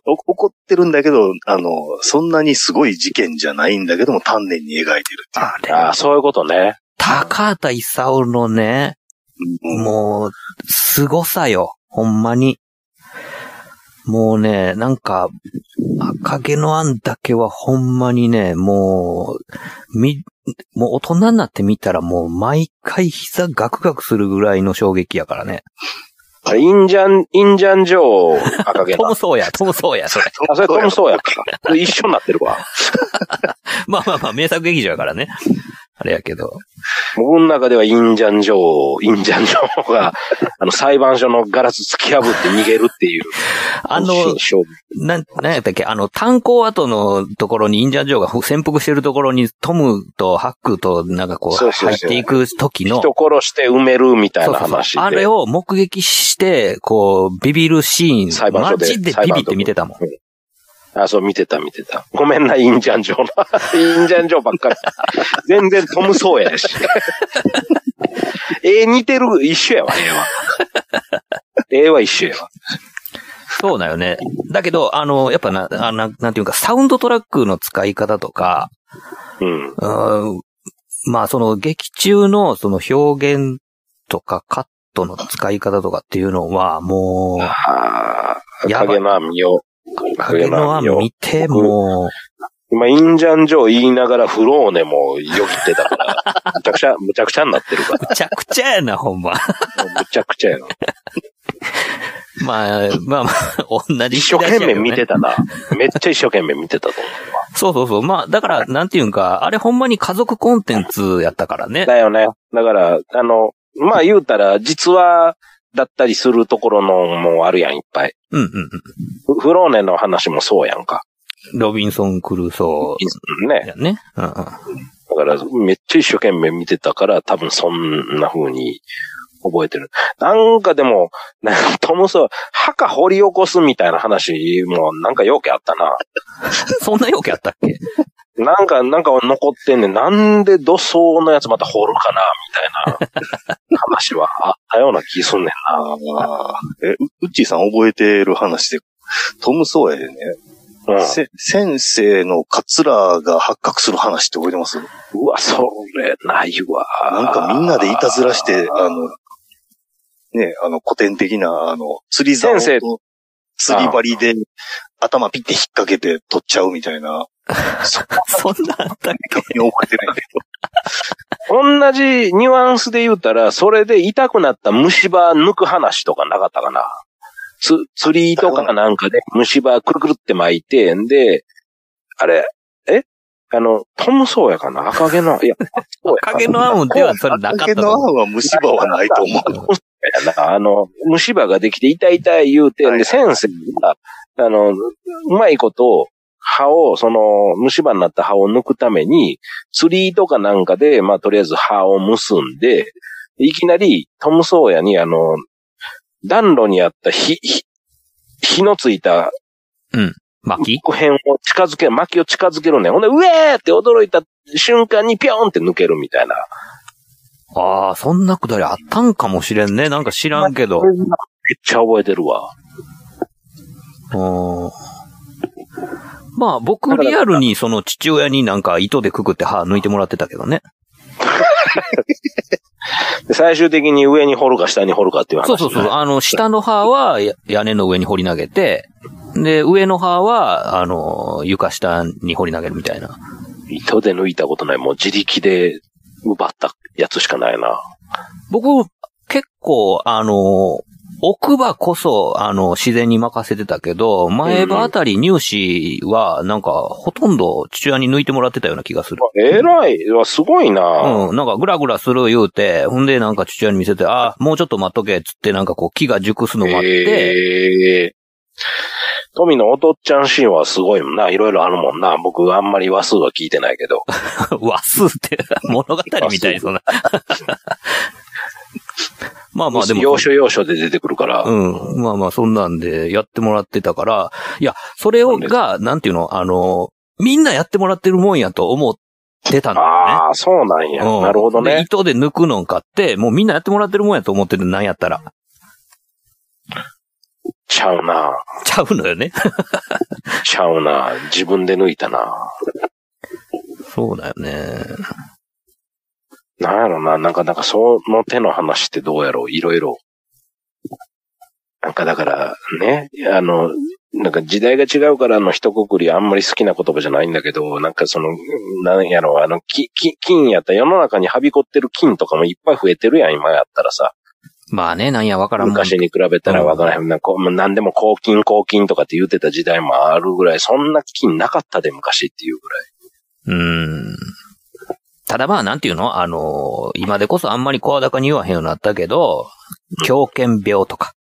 [SPEAKER 3] お怒ってるんだけど、あの、そんなにすごい事件じゃないんだけども、丹念に描いてるっていう
[SPEAKER 5] あれ
[SPEAKER 4] ああ、そういうことね。
[SPEAKER 5] 高畑勲のね、
[SPEAKER 3] うん
[SPEAKER 5] もう、凄さよ。ほんまに。もうね、なんか、赤毛の案だけはほんまにね、もう、み、もう大人になってみたらもう毎回膝ガクガクするぐらいの衝撃やからね。
[SPEAKER 4] あれインジャン、インジャンジョー赤毛
[SPEAKER 5] ト
[SPEAKER 4] の
[SPEAKER 5] ム。そうや、トムそうや、それ。
[SPEAKER 4] あ、それトムそうやから。一緒になってるわ。
[SPEAKER 5] まあまあまあ、名作劇場やからね。あれやけど。
[SPEAKER 4] 僕の中ではインジャンジョー、インジャンジョーが、あの、裁判所のガラス突き破って逃げるっていう。
[SPEAKER 5] あの、
[SPEAKER 4] シーン
[SPEAKER 5] なん、なんやったっけあの、炭鉱跡のところにインジャンジョーがふ潜伏してるところにトムとハックとなんかこ
[SPEAKER 4] そううそうそう
[SPEAKER 5] 入っていく時の、
[SPEAKER 4] 人殺して埋めるみたい
[SPEAKER 5] そう
[SPEAKER 4] な
[SPEAKER 5] そうそう
[SPEAKER 4] 話で。
[SPEAKER 5] あれを目撃して、こう、ビビるシー
[SPEAKER 4] 裁
[SPEAKER 5] ン、
[SPEAKER 4] 判所
[SPEAKER 5] マ
[SPEAKER 4] で
[SPEAKER 5] ジでビビって見てたもん。
[SPEAKER 4] あ、そう、見てた見てた。ごめんな、インジャンジョー の。インジャンジョーばっかり。全然トム・ソーヤやし。え似てる、一緒やわ、絵は。絵は一緒やわ。
[SPEAKER 5] そうだよね。だけど、あの、やっぱな、あななんていうか、サウンドトラックの使い方とか、
[SPEAKER 4] うん。
[SPEAKER 5] うーんまあその劇中のその表現とかカットの使い方とかっていうのは、もう、
[SPEAKER 4] ああ、
[SPEAKER 5] やばい
[SPEAKER 4] 影の網を。
[SPEAKER 5] 影の案見て
[SPEAKER 4] 僕
[SPEAKER 5] も、
[SPEAKER 4] 今、インジャンジョー言いながらフローネもよぎってたから、むちゃくちゃ、むちゃくちゃになってるか
[SPEAKER 5] むちゃくちゃやな、ほんま。
[SPEAKER 4] ら、もうむちゃくちゃやな。
[SPEAKER 5] まあ、まあまあ、同じ
[SPEAKER 4] 一
[SPEAKER 5] 引
[SPEAKER 4] 生
[SPEAKER 5] き出しやけどね
[SPEAKER 4] 懸命見てたな。めっちゃ一生懸命見てたと思
[SPEAKER 5] そうそうそう。まあ、だから、なんていうんか、あれほんまに家族コンテンツやったから
[SPEAKER 4] う。
[SPEAKER 5] ね。
[SPEAKER 4] だよね。だから、あの、まあ言うたら、実話だったりするところのもあるやん、いっぱい。
[SPEAKER 5] うんうん
[SPEAKER 4] フフローネの話もそうやんか。
[SPEAKER 5] うん。ロビンソン・クルーソー
[SPEAKER 4] ね。
[SPEAKER 5] やね。うんうん。
[SPEAKER 4] だから、めっちゃ一生懸命見てたから、多分そんな風に覚えてる。なんかでも、なんかトムソー、墓掘り起こすみたいな話も、なんか要件あったな。
[SPEAKER 5] そんな要件あったっけ
[SPEAKER 4] なんか、なんか残ってんねん。なんで土葬のやつまた掘るかなみたいな話はあったような気すんねんな。
[SPEAKER 3] あーえ、ううっちーさん覚えてる話で、トム・ソーヤでね、
[SPEAKER 4] うん、
[SPEAKER 3] せ先生のカツラが発覚する話って覚えてます
[SPEAKER 4] うわ、それないわ。
[SPEAKER 3] なんかみんなでいたずらして、あの、ね、あの古典的な、あの、釣り竿
[SPEAKER 4] 先生
[SPEAKER 3] と釣り針で頭ピッて引っ掛けて取っちゃうみた いな、そんな
[SPEAKER 5] そんなあったっけ
[SPEAKER 3] に覚えてないけど。
[SPEAKER 4] 同じニュアンスで言うたら、それで痛くなった虫歯抜く話とかなかったかな。つ、釣りとかなんかで虫歯くるくるって巻いて、んで、あれ、えあの、トム・ソーヤかな赤毛の、いや、そうや
[SPEAKER 5] 影のアウンではそれなかった
[SPEAKER 3] 竹の
[SPEAKER 5] と
[SPEAKER 3] 案は虫歯はないと思う。
[SPEAKER 5] 思う。
[SPEAKER 4] やなあの、虫歯ができて痛い痛い言うてんで、先生が、あの、うまいこと、歯を、その、虫歯になった歯を抜くために、釣りとかなんかで、まあ、とりあえず歯を結んで、いきなり、トム・ソーヤに、あの、暖炉にあった火、火火のついた
[SPEAKER 5] 巻き
[SPEAKER 4] 木片を近づけ、薪を近づけるねん。ほんで、うえーって驚いた瞬間にピョーンって抜けるみたいな。
[SPEAKER 5] ああ、そんなくだりあったんかもしれんね。なんか知らんけど。
[SPEAKER 4] めっちゃ覚えてるわ。
[SPEAKER 5] うんまあ僕リアルにその父親になんか糸でくくって歯抜いてもらってたけどね。
[SPEAKER 4] で最終的に上に掘るか下に掘るかっていう話。
[SPEAKER 5] そうそうそう。あの、下の歯はや屋根の上に掘り投げて、で、上の歯は、あの、床下に掘り投げるみたいな。
[SPEAKER 4] 糸で抜いたことない。もう自力で奪ったやつしかないな。
[SPEAKER 5] 僕、結構、あの、奥歯こそ、あの、自然に任せてたけど、前歯あたり入試は、なんか、ほとんど父親に抜いてもらってたような気がする。
[SPEAKER 4] えらい。うわすごいな。
[SPEAKER 5] うん、なんかグラグラする言うて、ほんでなんか父親に見せて、あもうちょっと待っとけ、つってなんかこう木が熟すの待って、
[SPEAKER 4] えー富のおとっちゃんシーンはすごいもんな。いろいろあるもんな。僕あんまり話数は聞いてないけ ど。
[SPEAKER 5] わす って、物語みたい、そんな。まあまあでも。
[SPEAKER 4] 要所要所で出てくるから。
[SPEAKER 5] うん。まあまあ、そんなんでやってもらってたから、いや、それをが、なんていうの、あの、みんなやってもらってるもんやと思ってたんだよね。
[SPEAKER 4] ああ、そうなんや。
[SPEAKER 5] うん
[SPEAKER 4] なるほど
[SPEAKER 5] で
[SPEAKER 4] ね。
[SPEAKER 5] 糸で抜くのんかって、もうみんなやってもらってるもんやと思ってる、なんやったら。
[SPEAKER 4] ちゃうな。
[SPEAKER 5] ちゃうのよね。
[SPEAKER 4] ちゃうな。自分で抜いたな。
[SPEAKER 5] そうだよね。
[SPEAKER 4] なんやろな、なんか、なんか、その手の話ってどうやろう、いろいろ。なんか、だから、ね、あの、なんか時代が違うからあの一括りあんまり好きな言葉じゃないんだけど、なんかその、なんやろ、あの、き、き、金やったら世の中にはびこってる金とかもいっぱい増えてるやん、今やったらさ。
[SPEAKER 5] まあね、なんやわからんもん。
[SPEAKER 4] 昔に比べたらわからへん。なんか、もう何でも公金公金とかって言ってた時代もあるぐらい、そんな金なかったで昔っていうぐらい。
[SPEAKER 5] うーん。ただまあ、なんていうのあの、今でこそあんまり声高に言わへんようになったけど、狂犬病とか、
[SPEAKER 4] はい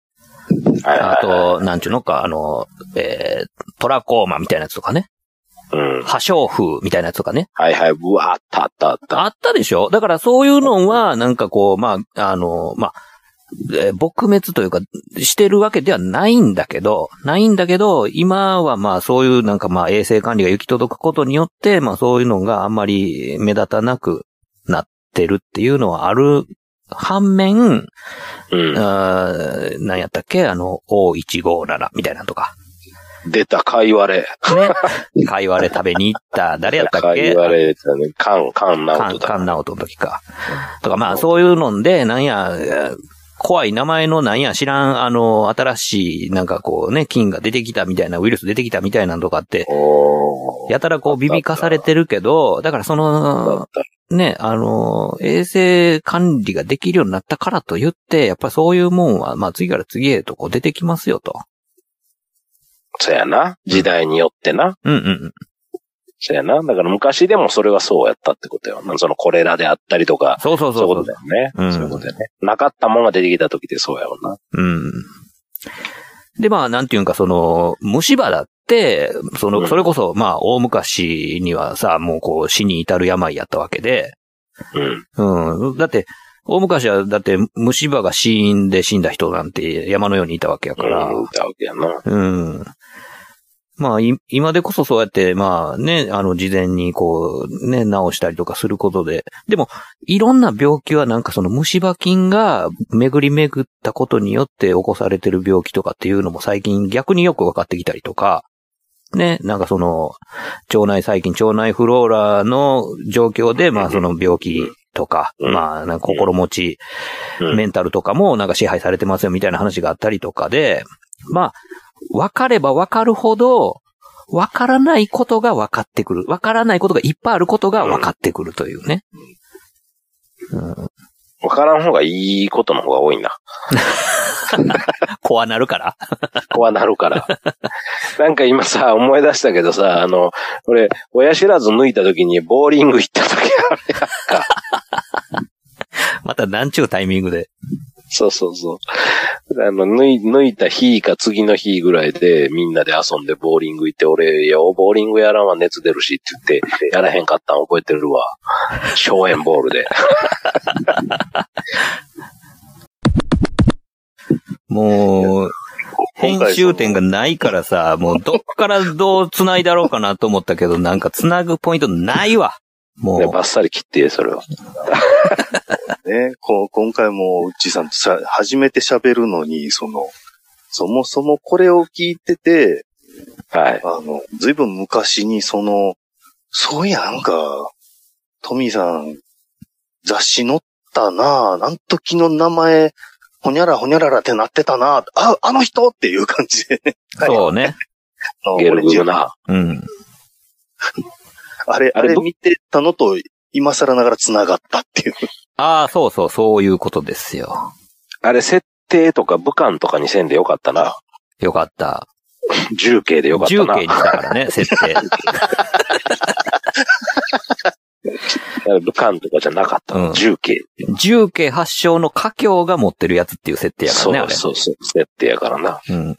[SPEAKER 5] あ
[SPEAKER 4] はいはい
[SPEAKER 5] と、なんていうのか、あの、えー、トラコーマみたいなやつとかね、
[SPEAKER 4] うん。
[SPEAKER 5] 破傷風みたいなやつとかね、
[SPEAKER 4] はいはい。うわ、あったあったあった。
[SPEAKER 5] あったでしょだからそういうのは、なんかこう、まあ、あの、まあ、えー撲滅というか、してるわけではないんだけど、ないんだけど、今はまあそういうなんかまあ衛生管理が行き届くことによって、まあそういうのがあんまり目立たなくなってるっていうのはある。反面、
[SPEAKER 4] うん。
[SPEAKER 5] あーなんやったっけあの、O157 みたいなのとか。
[SPEAKER 4] 出た、かいわれ。
[SPEAKER 5] ね。かいわれ食べに行った、誰やったっ け
[SPEAKER 4] 言われたね。カン、カンナウ
[SPEAKER 5] カ
[SPEAKER 4] ト
[SPEAKER 5] ン、
[SPEAKER 4] だ。
[SPEAKER 5] カンナオトの時か。とか、まあ、そういうので、なんや、えー怖い名前のなんや知らん、あの、新しい、なんかこうね、菌が出てきたみたいな、ウイルス出てきたみたいなのとかって、
[SPEAKER 4] おー
[SPEAKER 5] やたらこう、ビビかされてるけど、だからそ
[SPEAKER 4] だ
[SPEAKER 5] の
[SPEAKER 4] っ、た
[SPEAKER 5] ね、あの、衛生管理ができるようになったからと言って、やっぱりそういうもんは、まあ、次から次へとこう出てきますよと。
[SPEAKER 4] そやな。時代によってな。
[SPEAKER 5] うんうんうん。
[SPEAKER 4] そやな。だから昔でもそれはそうやったってことよ。そのコレラであったりとか。
[SPEAKER 5] そうそう
[SPEAKER 4] そうい
[SPEAKER 5] そうう
[SPEAKER 4] こ
[SPEAKER 5] そ
[SPEAKER 4] と
[SPEAKER 5] う
[SPEAKER 4] だよね。
[SPEAKER 5] うん
[SPEAKER 4] そういうことだよね。なかったものが出てきた時ってそうやろな。
[SPEAKER 5] うん。で、まあ、なんていうんか、その、虫歯だって、そうの、
[SPEAKER 4] ん
[SPEAKER 5] それこそ、まあ、大昔にはさ、もうこう、死に至る病やったわけで、
[SPEAKER 4] うん。
[SPEAKER 5] うん。だって、大昔は、だって、虫歯が死因で死んだ人なんて山のようにいたわけやから、
[SPEAKER 4] うん。だわけやな。
[SPEAKER 5] うん。まあ、い今でこそそうやって、まあね、あの、事前にこう、ね、治したりとかすることで。でも、いろんな病気はなんかその虫歯菌が巡り巡ったことによって起こされてる病気とかっていうのも最近逆によく分かってきたりとか、ね、なんかその、腸内細菌、腸内フローラの状況で、まあその病気とか、
[SPEAKER 4] うん
[SPEAKER 5] まあ、なんか心持ち、
[SPEAKER 4] うん
[SPEAKER 5] メンタルとかもなんか支配されてますよみたいな話があったりとかで、まあ、分かれば分かるほど、分からないことが分かってくる。分からないことがいっぱいあることが分かってくるというね。
[SPEAKER 4] わからん方がいいことの方が多いな。
[SPEAKER 5] 怖なるから。
[SPEAKER 4] 怖な るから。なんか今さ、思い出したけどさ、あの、俺、親知らず抜いた時にボーリング行った時あれやんか。
[SPEAKER 5] またなんちゅうタイミングで。
[SPEAKER 4] そうそうそう。あの、抜い、抜いた日か次の日ぐらいでみんなで遊んでボーリング行って、俺、よ、ボーリングやらんわ熱出るしって言 って、やらへんかったん覚えてるわ。荘園ボールで。
[SPEAKER 5] もう、編集点がないからさ、もうどっからどう繋いだろうかなと思ったけど、なんか繋ぐポイントないわ。も
[SPEAKER 4] ね、
[SPEAKER 5] う
[SPEAKER 4] バ、ッサリ切って、それを。
[SPEAKER 3] ね、こ今回も、うっちーさんとさ、初めて喋るのに、その、そもそもこれを聞いてて、
[SPEAKER 4] はい。
[SPEAKER 3] あの、ずいぶん昔にその、そういや、なんか、トミーさん、雑誌載ったなあなんときの名前、ほにゃらほにゃららってなってたなああ、あの人っていう感じ でね。
[SPEAKER 5] そうね。
[SPEAKER 3] あの
[SPEAKER 4] ゲルグ
[SPEAKER 3] 俺
[SPEAKER 4] グな。
[SPEAKER 5] うん。
[SPEAKER 3] あれ、あ
[SPEAKER 4] あれ
[SPEAKER 3] れ
[SPEAKER 4] ど
[SPEAKER 3] 見てたのと、今更ながら繋がったっていう。
[SPEAKER 5] ああ、そうそう、そういうことですよ。
[SPEAKER 4] あれ、設定とか武漢とかにせんでよかったな。
[SPEAKER 5] よかった。
[SPEAKER 4] 重慶でよかった
[SPEAKER 5] 重
[SPEAKER 4] な。
[SPEAKER 5] 慶にしたからね、設 定。
[SPEAKER 4] 武漢とかじゃなかった。
[SPEAKER 5] うん
[SPEAKER 4] 重慶。
[SPEAKER 5] 重慶発祥の華僑が持ってるやつっていう設定やからね、あ
[SPEAKER 4] そう
[SPEAKER 5] れ。
[SPEAKER 4] そうそう。設定やからな。
[SPEAKER 5] うん。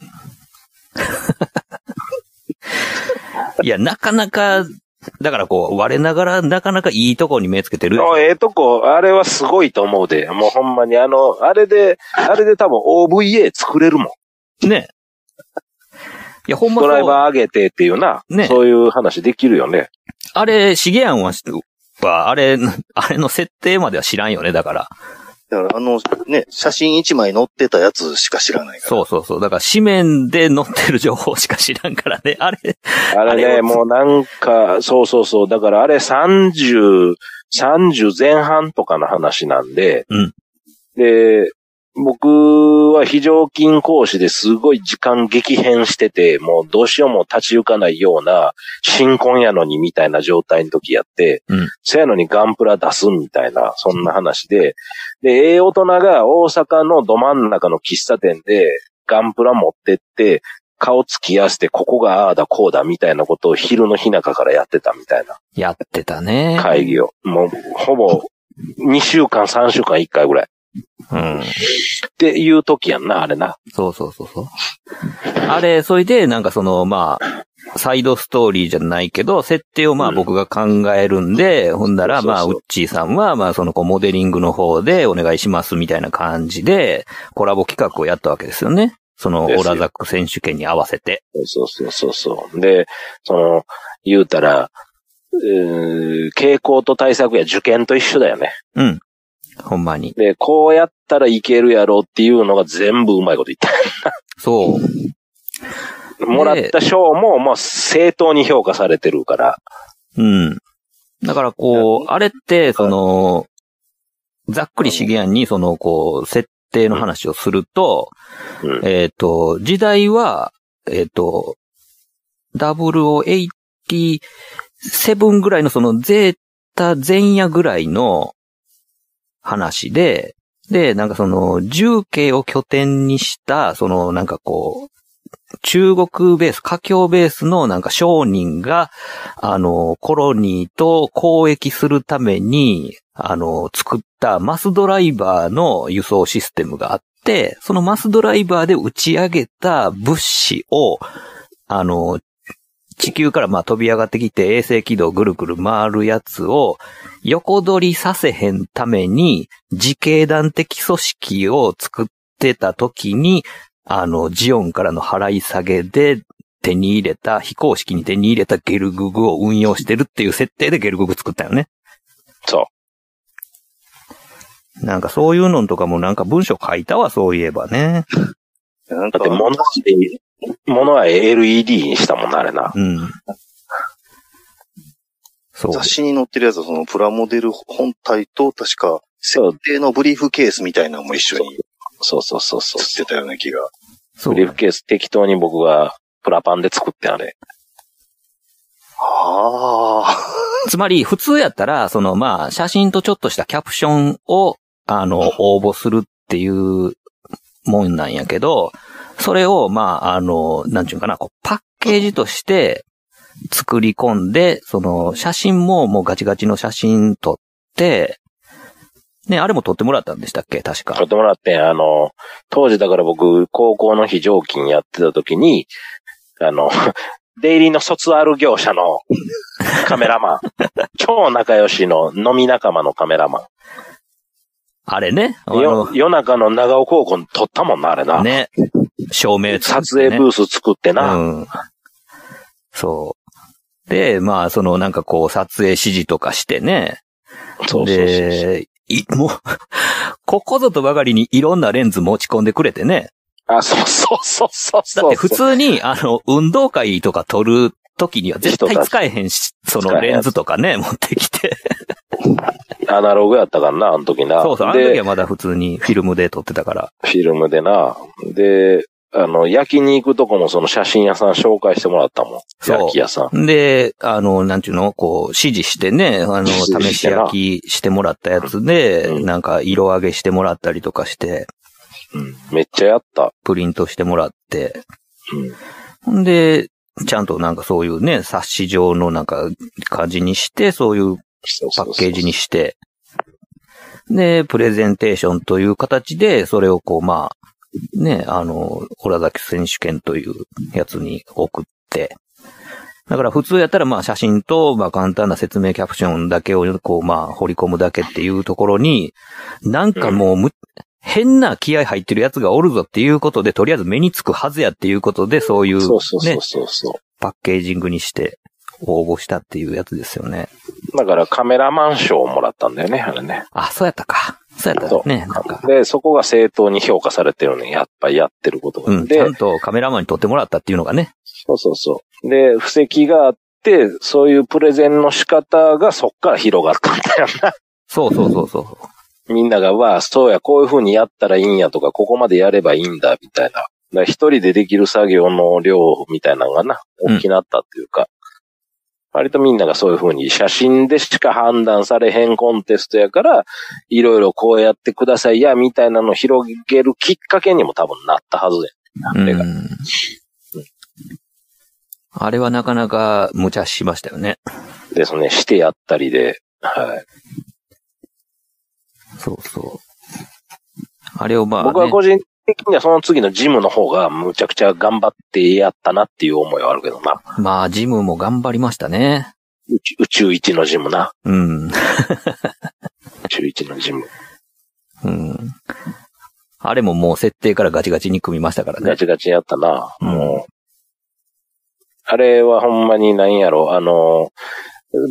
[SPEAKER 5] いや、なかなか、だからこう、我ながらなかなかいいとこに目つけてる。
[SPEAKER 4] あええとこ、あれはすごいと思うで。もうほんまにあの、あれで、あれで多分 OVA 作れるもん。
[SPEAKER 5] ね。いや、ほんま
[SPEAKER 4] ドライ
[SPEAKER 5] そう。
[SPEAKER 4] バー上げてっていうな。
[SPEAKER 5] ね
[SPEAKER 4] そういう話できるよね。
[SPEAKER 5] あれ、シゲアンは、はあれ、あれの設定までは知らんよね、だから。
[SPEAKER 3] だからあの、ね、写真一枚載ってたやつしか知らないから。
[SPEAKER 5] そうそうそう。だから、紙面で載ってる情報しか知らんからね。あれ、
[SPEAKER 4] あれ
[SPEAKER 5] あ
[SPEAKER 4] ね、
[SPEAKER 5] れを
[SPEAKER 4] もうなんか、そうそうそう。だからあれ30、30前半とかの話なんで、
[SPEAKER 5] うん
[SPEAKER 4] で、僕は非常勤講師ですごい時間激変してて、もうどうしようも立ち行かないような、新婚やのにみたいな状態の時やって、
[SPEAKER 5] うん
[SPEAKER 4] そやのにガンプラ出すみたいな、そんな話で、で、ええ大人が大阪のど真ん中の喫茶店で、ガンプラ持ってって、顔つき合わせて、ここがああだこうだみたいなことを昼の日中からやってたみたいな
[SPEAKER 5] やってたね。
[SPEAKER 4] 会議を。もう、ほぼ、2週間、3週間、1回ぐらい。
[SPEAKER 5] うん。
[SPEAKER 4] っていう時やんな、あれな。
[SPEAKER 5] そうそうそうそう。あれ、それで、なんかその、まあ、サイドストーリーじゃないけど、設定をまあ
[SPEAKER 4] うん
[SPEAKER 5] 僕が考えるんで、ほんなら、
[SPEAKER 4] そうそう
[SPEAKER 5] まあ、ウッチーさんは、まあ、その、こう、モデリングの方でお願いしますみたいな感じで、コラボ企画をやったわけですよね。その、オ
[SPEAKER 4] ですよ
[SPEAKER 5] ラザック選手権に合わせて。
[SPEAKER 4] そうそうそうそう。で、その、言うたら、うー傾向と対策や受験と一緒だよね。
[SPEAKER 5] うん。ほんまに。
[SPEAKER 4] で、こうやったらいけるやろうっていうのが全部うまいこと言っ
[SPEAKER 5] そう。
[SPEAKER 4] た。もらった賞も、まあ、正当に評価されてるから。
[SPEAKER 5] うん。だからこう、あれって、その、ざっくりシゲアンにその、こう、設定の話をすると、
[SPEAKER 4] うん
[SPEAKER 5] えっ、と、時代は、えっ、と、0087ぐらいのそのゼータ前夜ぐらいの話で、で、なんかその、重慶を拠点にした、その、なんかこう、中国ベース、華僑ベースのなんか商人が、あの、コロニーと交易するために、あの、作ったマスドライバーの輸送システムがあって、そのマスドライバーで打ち上げた物資を、あの、地球からまあ飛び上がってきて衛星軌道ぐるぐる回るやつを横取りさせへんために自警団的組織を作ってた時に、あの、ジオンからの払い下げで手に入れた、非公式に手に入れたゲルググを運用してるっていう設定でゲルググ作ったよね。
[SPEAKER 4] そう。
[SPEAKER 5] なんかそういうのとかもなんか文章書いたわ、そういえばね。
[SPEAKER 3] なん
[SPEAKER 4] だ
[SPEAKER 3] か
[SPEAKER 4] って、物は、物は LED にしたもんな、あれな。
[SPEAKER 5] うん。そう。
[SPEAKER 3] 雑誌に載ってるやつは、そのプラモデル本体と、確か、
[SPEAKER 4] そう
[SPEAKER 3] 設定のブリーフケースみたいなのも一緒に
[SPEAKER 4] そうそうそうそう。
[SPEAKER 3] 写ってたような気が。
[SPEAKER 5] そ
[SPEAKER 4] ブ
[SPEAKER 5] う
[SPEAKER 4] リーフケース適当に僕がプラパンで作ってあれ。
[SPEAKER 3] あ
[SPEAKER 5] つまり、普通やったら、その、まあ、写真とちょっとしたキャプションを、あの、応募するっていうもんなんやけど、それを、まあ、あの、なんちゅうかな、こうパッケージとして作り込んで、その、写真ももうガチガチの写真撮って、ね、あれも撮ってもらったんでしたっけ確
[SPEAKER 4] 撮っ
[SPEAKER 5] か。
[SPEAKER 4] てもらって、あの、当時だから僕、高校の非常勤やってた時に、あの、 出入りの卒アル業 者のカメラマン。超仲良しの飲み仲間のカメラマ
[SPEAKER 5] あれね。あ
[SPEAKER 4] ン。よ
[SPEAKER 5] の、
[SPEAKER 4] 夜中の長尾高校に撮ったもんな、あれな。
[SPEAKER 5] ね、照明作って
[SPEAKER 4] 撮
[SPEAKER 5] ね
[SPEAKER 4] 影ブース作ってな。
[SPEAKER 5] うん。そう。で、まあ、その、なんかこう、撮影指示とかしてね。
[SPEAKER 4] そうそうそうそう。
[SPEAKER 5] で、い、もう、 ここぞとばかりにいろんなレンズ持ち込んでくれてね。
[SPEAKER 4] あ、そうそうそうそうそう。
[SPEAKER 5] だって普通に、あの、運動会とか撮る時には絶対使えへんし、そのレンズとかね、持ってきて。
[SPEAKER 4] アナログやったからな、あの時な。
[SPEAKER 5] そうそう、あの時
[SPEAKER 4] で
[SPEAKER 5] は、まだ普通にフィルムで撮ってたから。
[SPEAKER 4] フィルムでな。で、あの、焼きに行くとこもその写真屋さん紹介してもらったもん。
[SPEAKER 5] そう
[SPEAKER 4] 焼き屋さん。
[SPEAKER 5] で、あの、なんちゅうのこう、指示してね、あの、
[SPEAKER 4] 指示してな
[SPEAKER 5] 試し焼きしてもらったやつで、
[SPEAKER 4] うん
[SPEAKER 5] なんか色上げしてもらったりとかして、
[SPEAKER 4] うん。めっちゃやった。
[SPEAKER 5] プリントしてもらって、
[SPEAKER 4] うん。
[SPEAKER 5] ほんで、ちゃんとなんかそういうね、冊子状のなんか感じにして、そういうパッケージにして、で、プレゼンテーションという形で、それをこう、まあ、ね、あの、オラ崎選手権というやつに送って、だから普通やったらまあ写真とまあ簡単な説明キャプションだけをこうまあ掘り込むだけっていうところに、なんかもうむ、変な気合入ってるやつがおるぞっていうことで、とりあえず目につくはずやっていうことで、そういう
[SPEAKER 4] そうそうそ
[SPEAKER 5] ね
[SPEAKER 4] う、そうそ
[SPEAKER 5] パッケージングにして応募したっていうやつですよね。
[SPEAKER 4] う。だからカメラマン賞をもらったんだよね、あれね。
[SPEAKER 5] あ、そうやったか。そうやった
[SPEAKER 4] そう
[SPEAKER 5] ね。なんか。
[SPEAKER 4] で、そこが正当に評価されてるね。やっぱやってることが。
[SPEAKER 5] うん。ち
[SPEAKER 4] で
[SPEAKER 5] ゃん、とカメラマンに撮ってもらったっていうのがね。
[SPEAKER 4] そうそうそう。で、布石があって、そういうプレゼンの仕方がそっから広がったんだよな。
[SPEAKER 5] そうそうそうそ
[SPEAKER 4] みんなが、わあ、そうや、こういう風にやったらいいんやとか、ここまでやればいいんだ、みたいな。だから一人でできる作業の量みたいなのがな、
[SPEAKER 5] うん
[SPEAKER 4] 大きなったっていうか、割とみんながそういう風に写真でしか判断されへんコンテストやから、いろいろこうやってくださいや、みたいなのを広げるきっかけにも多分なったはずや
[SPEAKER 5] う。
[SPEAKER 4] ね。あれが。
[SPEAKER 5] うんあれはなかなか無茶しましたよね。
[SPEAKER 4] ですね、してやったりで、はい。
[SPEAKER 5] そうそう。あれをまあ、ね、
[SPEAKER 4] 僕は個人的にはその次のジムの方がむちゃくちゃ頑張ってやったなっていう思いはあるけどな。
[SPEAKER 5] まあ、ジムも頑張りましたね。
[SPEAKER 4] 宇宙宇宙一のジムな。
[SPEAKER 5] うん。
[SPEAKER 4] 宇宙一のジム。
[SPEAKER 5] うん。あれももう設定からガチガチに組みましたから
[SPEAKER 4] ガ
[SPEAKER 5] ね。
[SPEAKER 4] チガチやったな。
[SPEAKER 5] うん
[SPEAKER 4] もう。あれはほんまに何やろ、あの、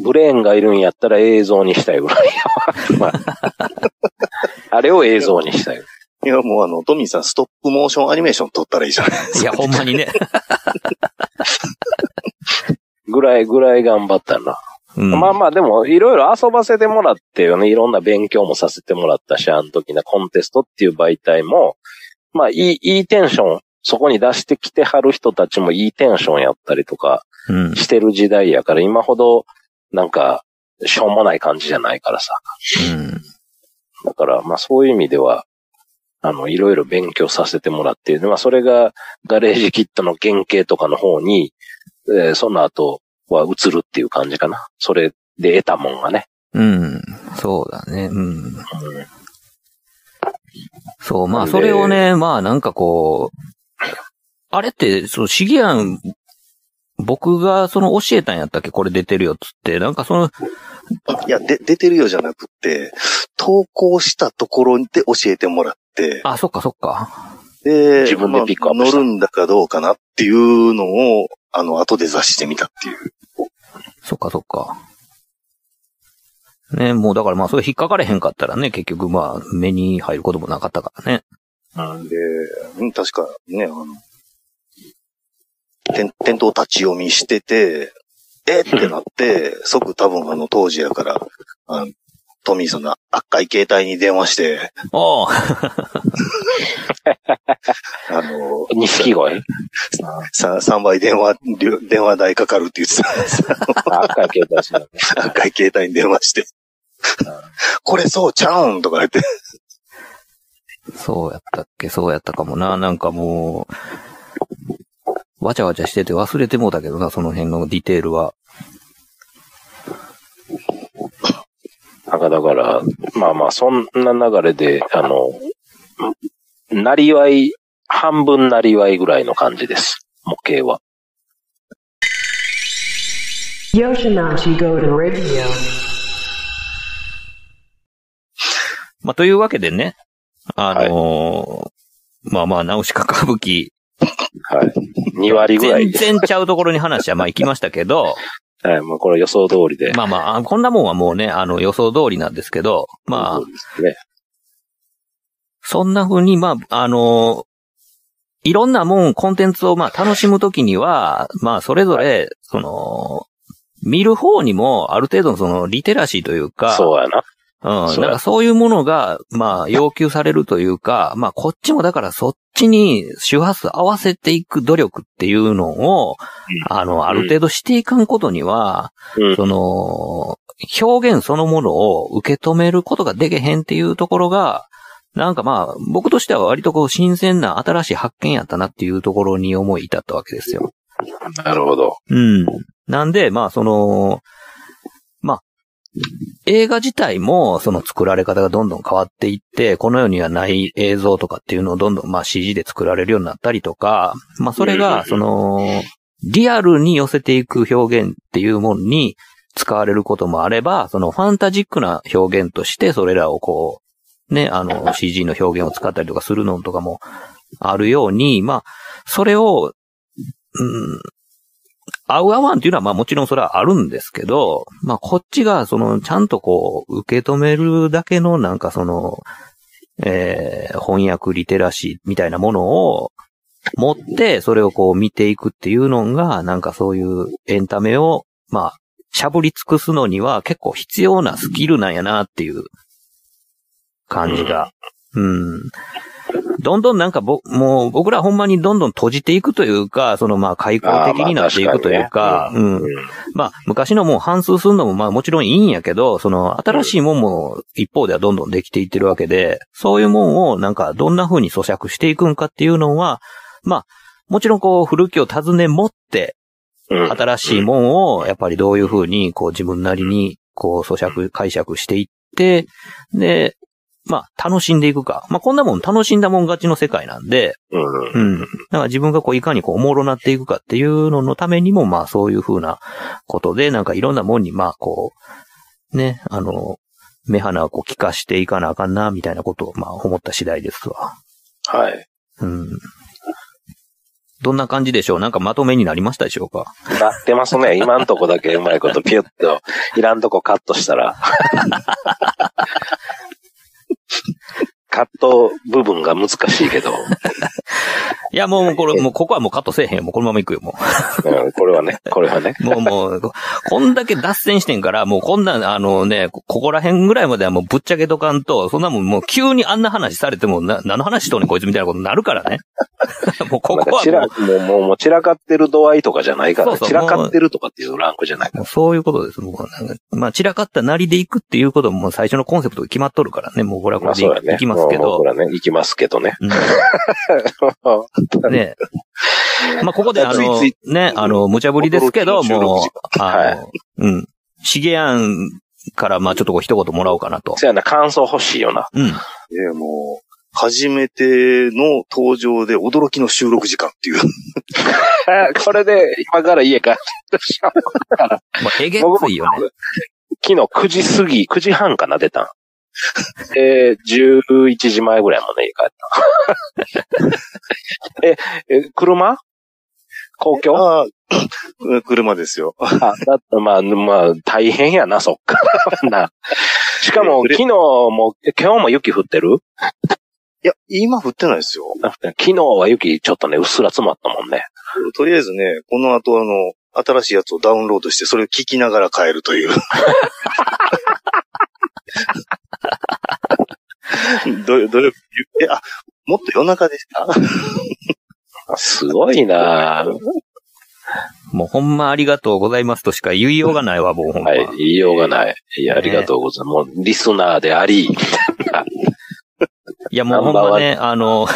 [SPEAKER 4] ブレーンがいるんやったら映像にしたいぐ らいやわ。まあ、あれを映像にしたい。
[SPEAKER 3] いや、もうあの、トミー さん、ストップモーションアニメーション撮ったらいい じゃない
[SPEAKER 5] いや、ほんまにね。
[SPEAKER 4] ぐらいぐらい頑張ったな。
[SPEAKER 5] うん。
[SPEAKER 4] まあまあでも、いろいろ遊ばせてもらってよね、いろんな勉強もさせてもらったし、あの時のコンテストっていう媒体も、まあいい、いいテンション、そこに出してきてはる人たちもいいテンションやったりとか、
[SPEAKER 5] うん。
[SPEAKER 4] してる時代やから、今ほど、なんか、しょうもない感じじゃないからさ。
[SPEAKER 5] うん
[SPEAKER 4] だから、まあそういう意味では、あの、いろいろ勉強させてもらって、まあそれがガレージキットの原型とかの方に、えーその後は移るっていう感じかな。それで得たもんがね。
[SPEAKER 5] うん。そうだね。うん。
[SPEAKER 4] うん
[SPEAKER 5] そう、ま
[SPEAKER 4] な
[SPEAKER 5] あ、
[SPEAKER 4] んで
[SPEAKER 5] それをね、まあ、なんかこう、あれって、そう、シギアン、僕がその教えたんやったっけこれ出てるよっつって、なんかその、
[SPEAKER 3] いや、で、出てるよじゃなくて、投稿したところで教えてもらって、
[SPEAKER 5] あ、そっかそっか。
[SPEAKER 3] で、
[SPEAKER 4] 自分でピックアップ
[SPEAKER 3] まあ
[SPEAKER 4] した
[SPEAKER 3] 乗るんだかどうかなっていうのを、あの、後で雑誌で見たっていう。
[SPEAKER 5] そっかそっか。ね、もうだからまあ、それ引っかかれへんかったらね、結局まあ、目に入ることもなかったからね。
[SPEAKER 3] で、うん確かね、あの、店店頭立ち読みしてて、えってな って、即多分あの当時やから、あのトミーさんの赤い携帯に電話して、
[SPEAKER 5] おう
[SPEAKER 3] あの、
[SPEAKER 4] 錦鯉
[SPEAKER 3] さ3倍電話、りょ電話代かかるって言ってたんです
[SPEAKER 4] 赤い携帯しなが
[SPEAKER 3] 赤い携帯に電話して。これそうちゃうんとか言って。
[SPEAKER 5] そうやったっけそうやったかもな。なんかもう、わちゃわちゃしてて忘れてもうたけどな、その辺のディテールは。
[SPEAKER 4] なんかだから、まあまあ、そんな流れで、あの、なりわい、半分なりわいぐらいの感じです。模型は。
[SPEAKER 6] Yoshinashi Golden Radio.
[SPEAKER 5] まあ、というわけでね、あのーまあまあ、ナウシカ歌舞伎、
[SPEAKER 4] はい。2割ぐらい
[SPEAKER 5] 全
[SPEAKER 4] で。
[SPEAKER 5] 然ちゃうところに話はまあ行きましたけ ど、
[SPEAKER 4] はい。まあ、これ予想通りで。
[SPEAKER 5] まあまああ、こんなもんはもうね、あの予想通りなんですけど、まあ
[SPEAKER 4] そ、うですね。
[SPEAKER 5] そんな風に、まあ、あの、いろんなもん、コンテンツをまあ楽しむときには、まあそれぞれ、その、見る方にもある程度のそのリテラシーというか、
[SPEAKER 4] そうやな。
[SPEAKER 5] うん。
[SPEAKER 4] そう
[SPEAKER 5] なんかそういうものが、まあ、要求されるというか、まあ、こっちもだからそっちに周波数合わせていく努力っていうのを、あの、ある程度していかんことには、
[SPEAKER 4] うん。
[SPEAKER 5] その、表現そのものを受け止めることができへんっていうところが、なんかまあ、僕としては割とこう、新鮮な新しい発見やったなっていうところに思い至ったわけですよ。
[SPEAKER 4] なるほど。
[SPEAKER 5] うん。なんで、まあ、その、まあ、映画自体も、その作られ方がどんどん変わっていって、この世にはない映像とかっていうのをどんどん、まあ、CG で作られるようになったりとか、まあ、それ
[SPEAKER 4] うんうんう
[SPEAKER 5] が、
[SPEAKER 4] ん
[SPEAKER 5] その、リアルに寄せていく表現っていうものに使われることもあれば、そのファンタジックな表現として、それらをこう、ね、あの、CG の表現を使ったりとかするのとかもあるように、まあ、それを、うん、合う合わんっていうのは、まあもちろんそれはあるんですけど、まあこっちが、その、ちゃんとこう、受け止めるだけの、なんかその、えー翻訳リテラシーみたいなものを持って、それをこう見ていくっていうのが、なんかそういうエンタメを、まあ、しゃぶり尽くすのには結構必要なスキルなんやなっていう感じが。うん。どんどんなんかぼ、もう僕らほんまにどんどん閉じていくというか、そのまあ開放的になっていくというか、
[SPEAKER 4] あ
[SPEAKER 5] う
[SPEAKER 4] ーまあ確かに
[SPEAKER 5] ん。まあ、昔のもう反数するのもまあもちろんいいんやけど、その新しいもんも一方ではどんどんできていってるわけで、そういうもんをなんかどんな風に咀嚼していくんかっていうのは、まあ、もちろんこう古きを尋ね持って、
[SPEAKER 4] うん。
[SPEAKER 5] 新しいもんをやっぱりどういう風にこう自分なりにこう咀嚼、解釈していって、で、まあ楽しんでいくか。まあこんなもん楽しんだもん勝ちの世界なんで、
[SPEAKER 4] うん。
[SPEAKER 5] うん。だから自分がこういかにこうおもろなっていくかっていうののためにも、まあそういうふうなことで、なんかいろんなもんに、まあこう、ね、あの、目鼻をこう聞かしていかなあかんな、みたいなことを、まあ思った次第ですわ。
[SPEAKER 4] はい。
[SPEAKER 5] うん。どんな感じでしょうなんかまとめになりましたでしょうか
[SPEAKER 4] なってますね。今んとこだけうまいことピュッと、いらんとこカットしたら。 カット部分が難しいけど、
[SPEAKER 5] いや、もうこれ、もうここはもうカットせえへんよ。もうこのまま行くよ、も
[SPEAKER 4] うんこれはね、これはね。
[SPEAKER 5] う。もうも う、ここんだけ脱線してんから、もうこんなん、あのね、ここら辺ぐらいまではもうぶっちゃけとかんと、そんなもんもう急にあんな話されても、な、何の話しとんねんこいつみたいなことになるから ね。もうここ
[SPEAKER 4] なんか
[SPEAKER 5] は
[SPEAKER 4] ち
[SPEAKER 5] も
[SPEAKER 4] らもう、もう、もう散らかってる度合いとかじゃないから、
[SPEAKER 5] そうそう
[SPEAKER 4] 散らかってるとかっていうランクじゃないか
[SPEAKER 5] う、もうそういうことです。もうなんかまあ、散らかったなりで行くっていうことももう最初のコンセプトが決まっとるからね。もうこれは
[SPEAKER 4] ら。
[SPEAKER 5] こ
[SPEAKER 4] まあ
[SPEAKER 5] れで
[SPEAKER 4] そ
[SPEAKER 5] 行
[SPEAKER 4] うや
[SPEAKER 5] 行きま
[SPEAKER 4] ね。
[SPEAKER 5] すけ
[SPEAKER 4] もう
[SPEAKER 5] ど
[SPEAKER 4] 僕。らね、行きますけどね。
[SPEAKER 5] うんね。まあ、ここであ
[SPEAKER 4] つい
[SPEAKER 5] の
[SPEAKER 4] つい、
[SPEAKER 5] ね、あの、無茶ぶりですけど、
[SPEAKER 4] 驚きの収録
[SPEAKER 5] も
[SPEAKER 4] 時
[SPEAKER 5] う、
[SPEAKER 4] は
[SPEAKER 5] あの、うん。シゲアンから、まあ、ちょっとこう一言もらおうかなと。
[SPEAKER 4] そうやな、感想欲しいよな。
[SPEAKER 5] うん。
[SPEAKER 3] えーもう、初めての登場で驚きの収録時間っていう。
[SPEAKER 4] あ これで、今から家帰ってしまう
[SPEAKER 5] まあ、えげ
[SPEAKER 4] 僕
[SPEAKER 5] つ
[SPEAKER 4] も
[SPEAKER 5] いよね。
[SPEAKER 4] 昨日9時過ぎ、9時半かな、出た ん。で、11時前ぐらいもね、家帰った ん。え、え車公共
[SPEAKER 3] ああ、車ですよ。
[SPEAKER 4] あだってまあ、まあ、大変やな、そっから。 なしかも、
[SPEAKER 3] え
[SPEAKER 4] 昨日も、今日も雪降ってる
[SPEAKER 3] いや、今降ってないですよ。
[SPEAKER 4] 昨日は雪ちょっとね、うっすら詰まったもんね。
[SPEAKER 3] とりあえずね、この後あの、新しいやつをダウンロードして、それを聞きながら帰ると いう。ど、どれ、え、あ、もっと夜中でした。
[SPEAKER 4] すごいなぁ
[SPEAKER 5] もうほんまありがとうございますとしか言いようがないわ、もうほんま。
[SPEAKER 4] はい、言いようがない。いや、ありがとうございます。もう、リスナーであり、
[SPEAKER 7] いや、もうほんまね、あの、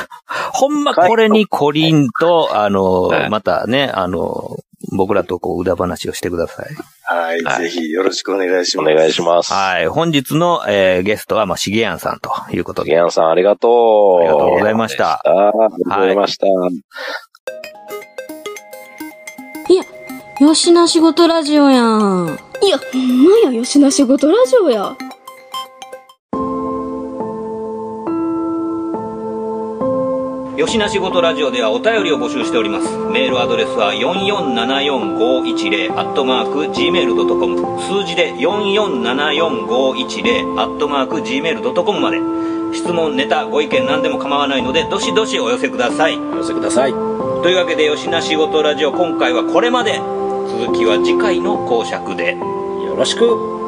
[SPEAKER 7] ほんまこれにコリンと、あ
[SPEAKER 4] は
[SPEAKER 7] の、
[SPEAKER 4] い
[SPEAKER 7] またね、あの、僕らとこう、裏話をしてください。
[SPEAKER 3] はい、
[SPEAKER 4] はい
[SPEAKER 3] ぜひよろしくお願いし
[SPEAKER 4] お
[SPEAKER 3] ます。
[SPEAKER 4] 願いします。
[SPEAKER 7] はい。本日の、えーゲストは、まあ、しげやんさんということ
[SPEAKER 4] ゲ
[SPEAKER 7] で。
[SPEAKER 4] アンさん、ありがとう。
[SPEAKER 7] ありがとうございました
[SPEAKER 4] ありがとうございました。
[SPEAKER 8] よしな仕事ラジオやん。
[SPEAKER 2] いや、ほんまや、吉な仕事ラジオや。
[SPEAKER 5] 吉な仕事ラジオではお便りを募集しておりますメールアドレスは4474510アットマーク Gmail.com 数字で4474510アットマーク Gmail.com まで質問ネタご意見何でも構わないのでどしどしお寄せください
[SPEAKER 4] お寄せください。
[SPEAKER 5] というわけで吉な仕事ラジオ今回はこれまで続きは次回の講釈で
[SPEAKER 4] よろしく。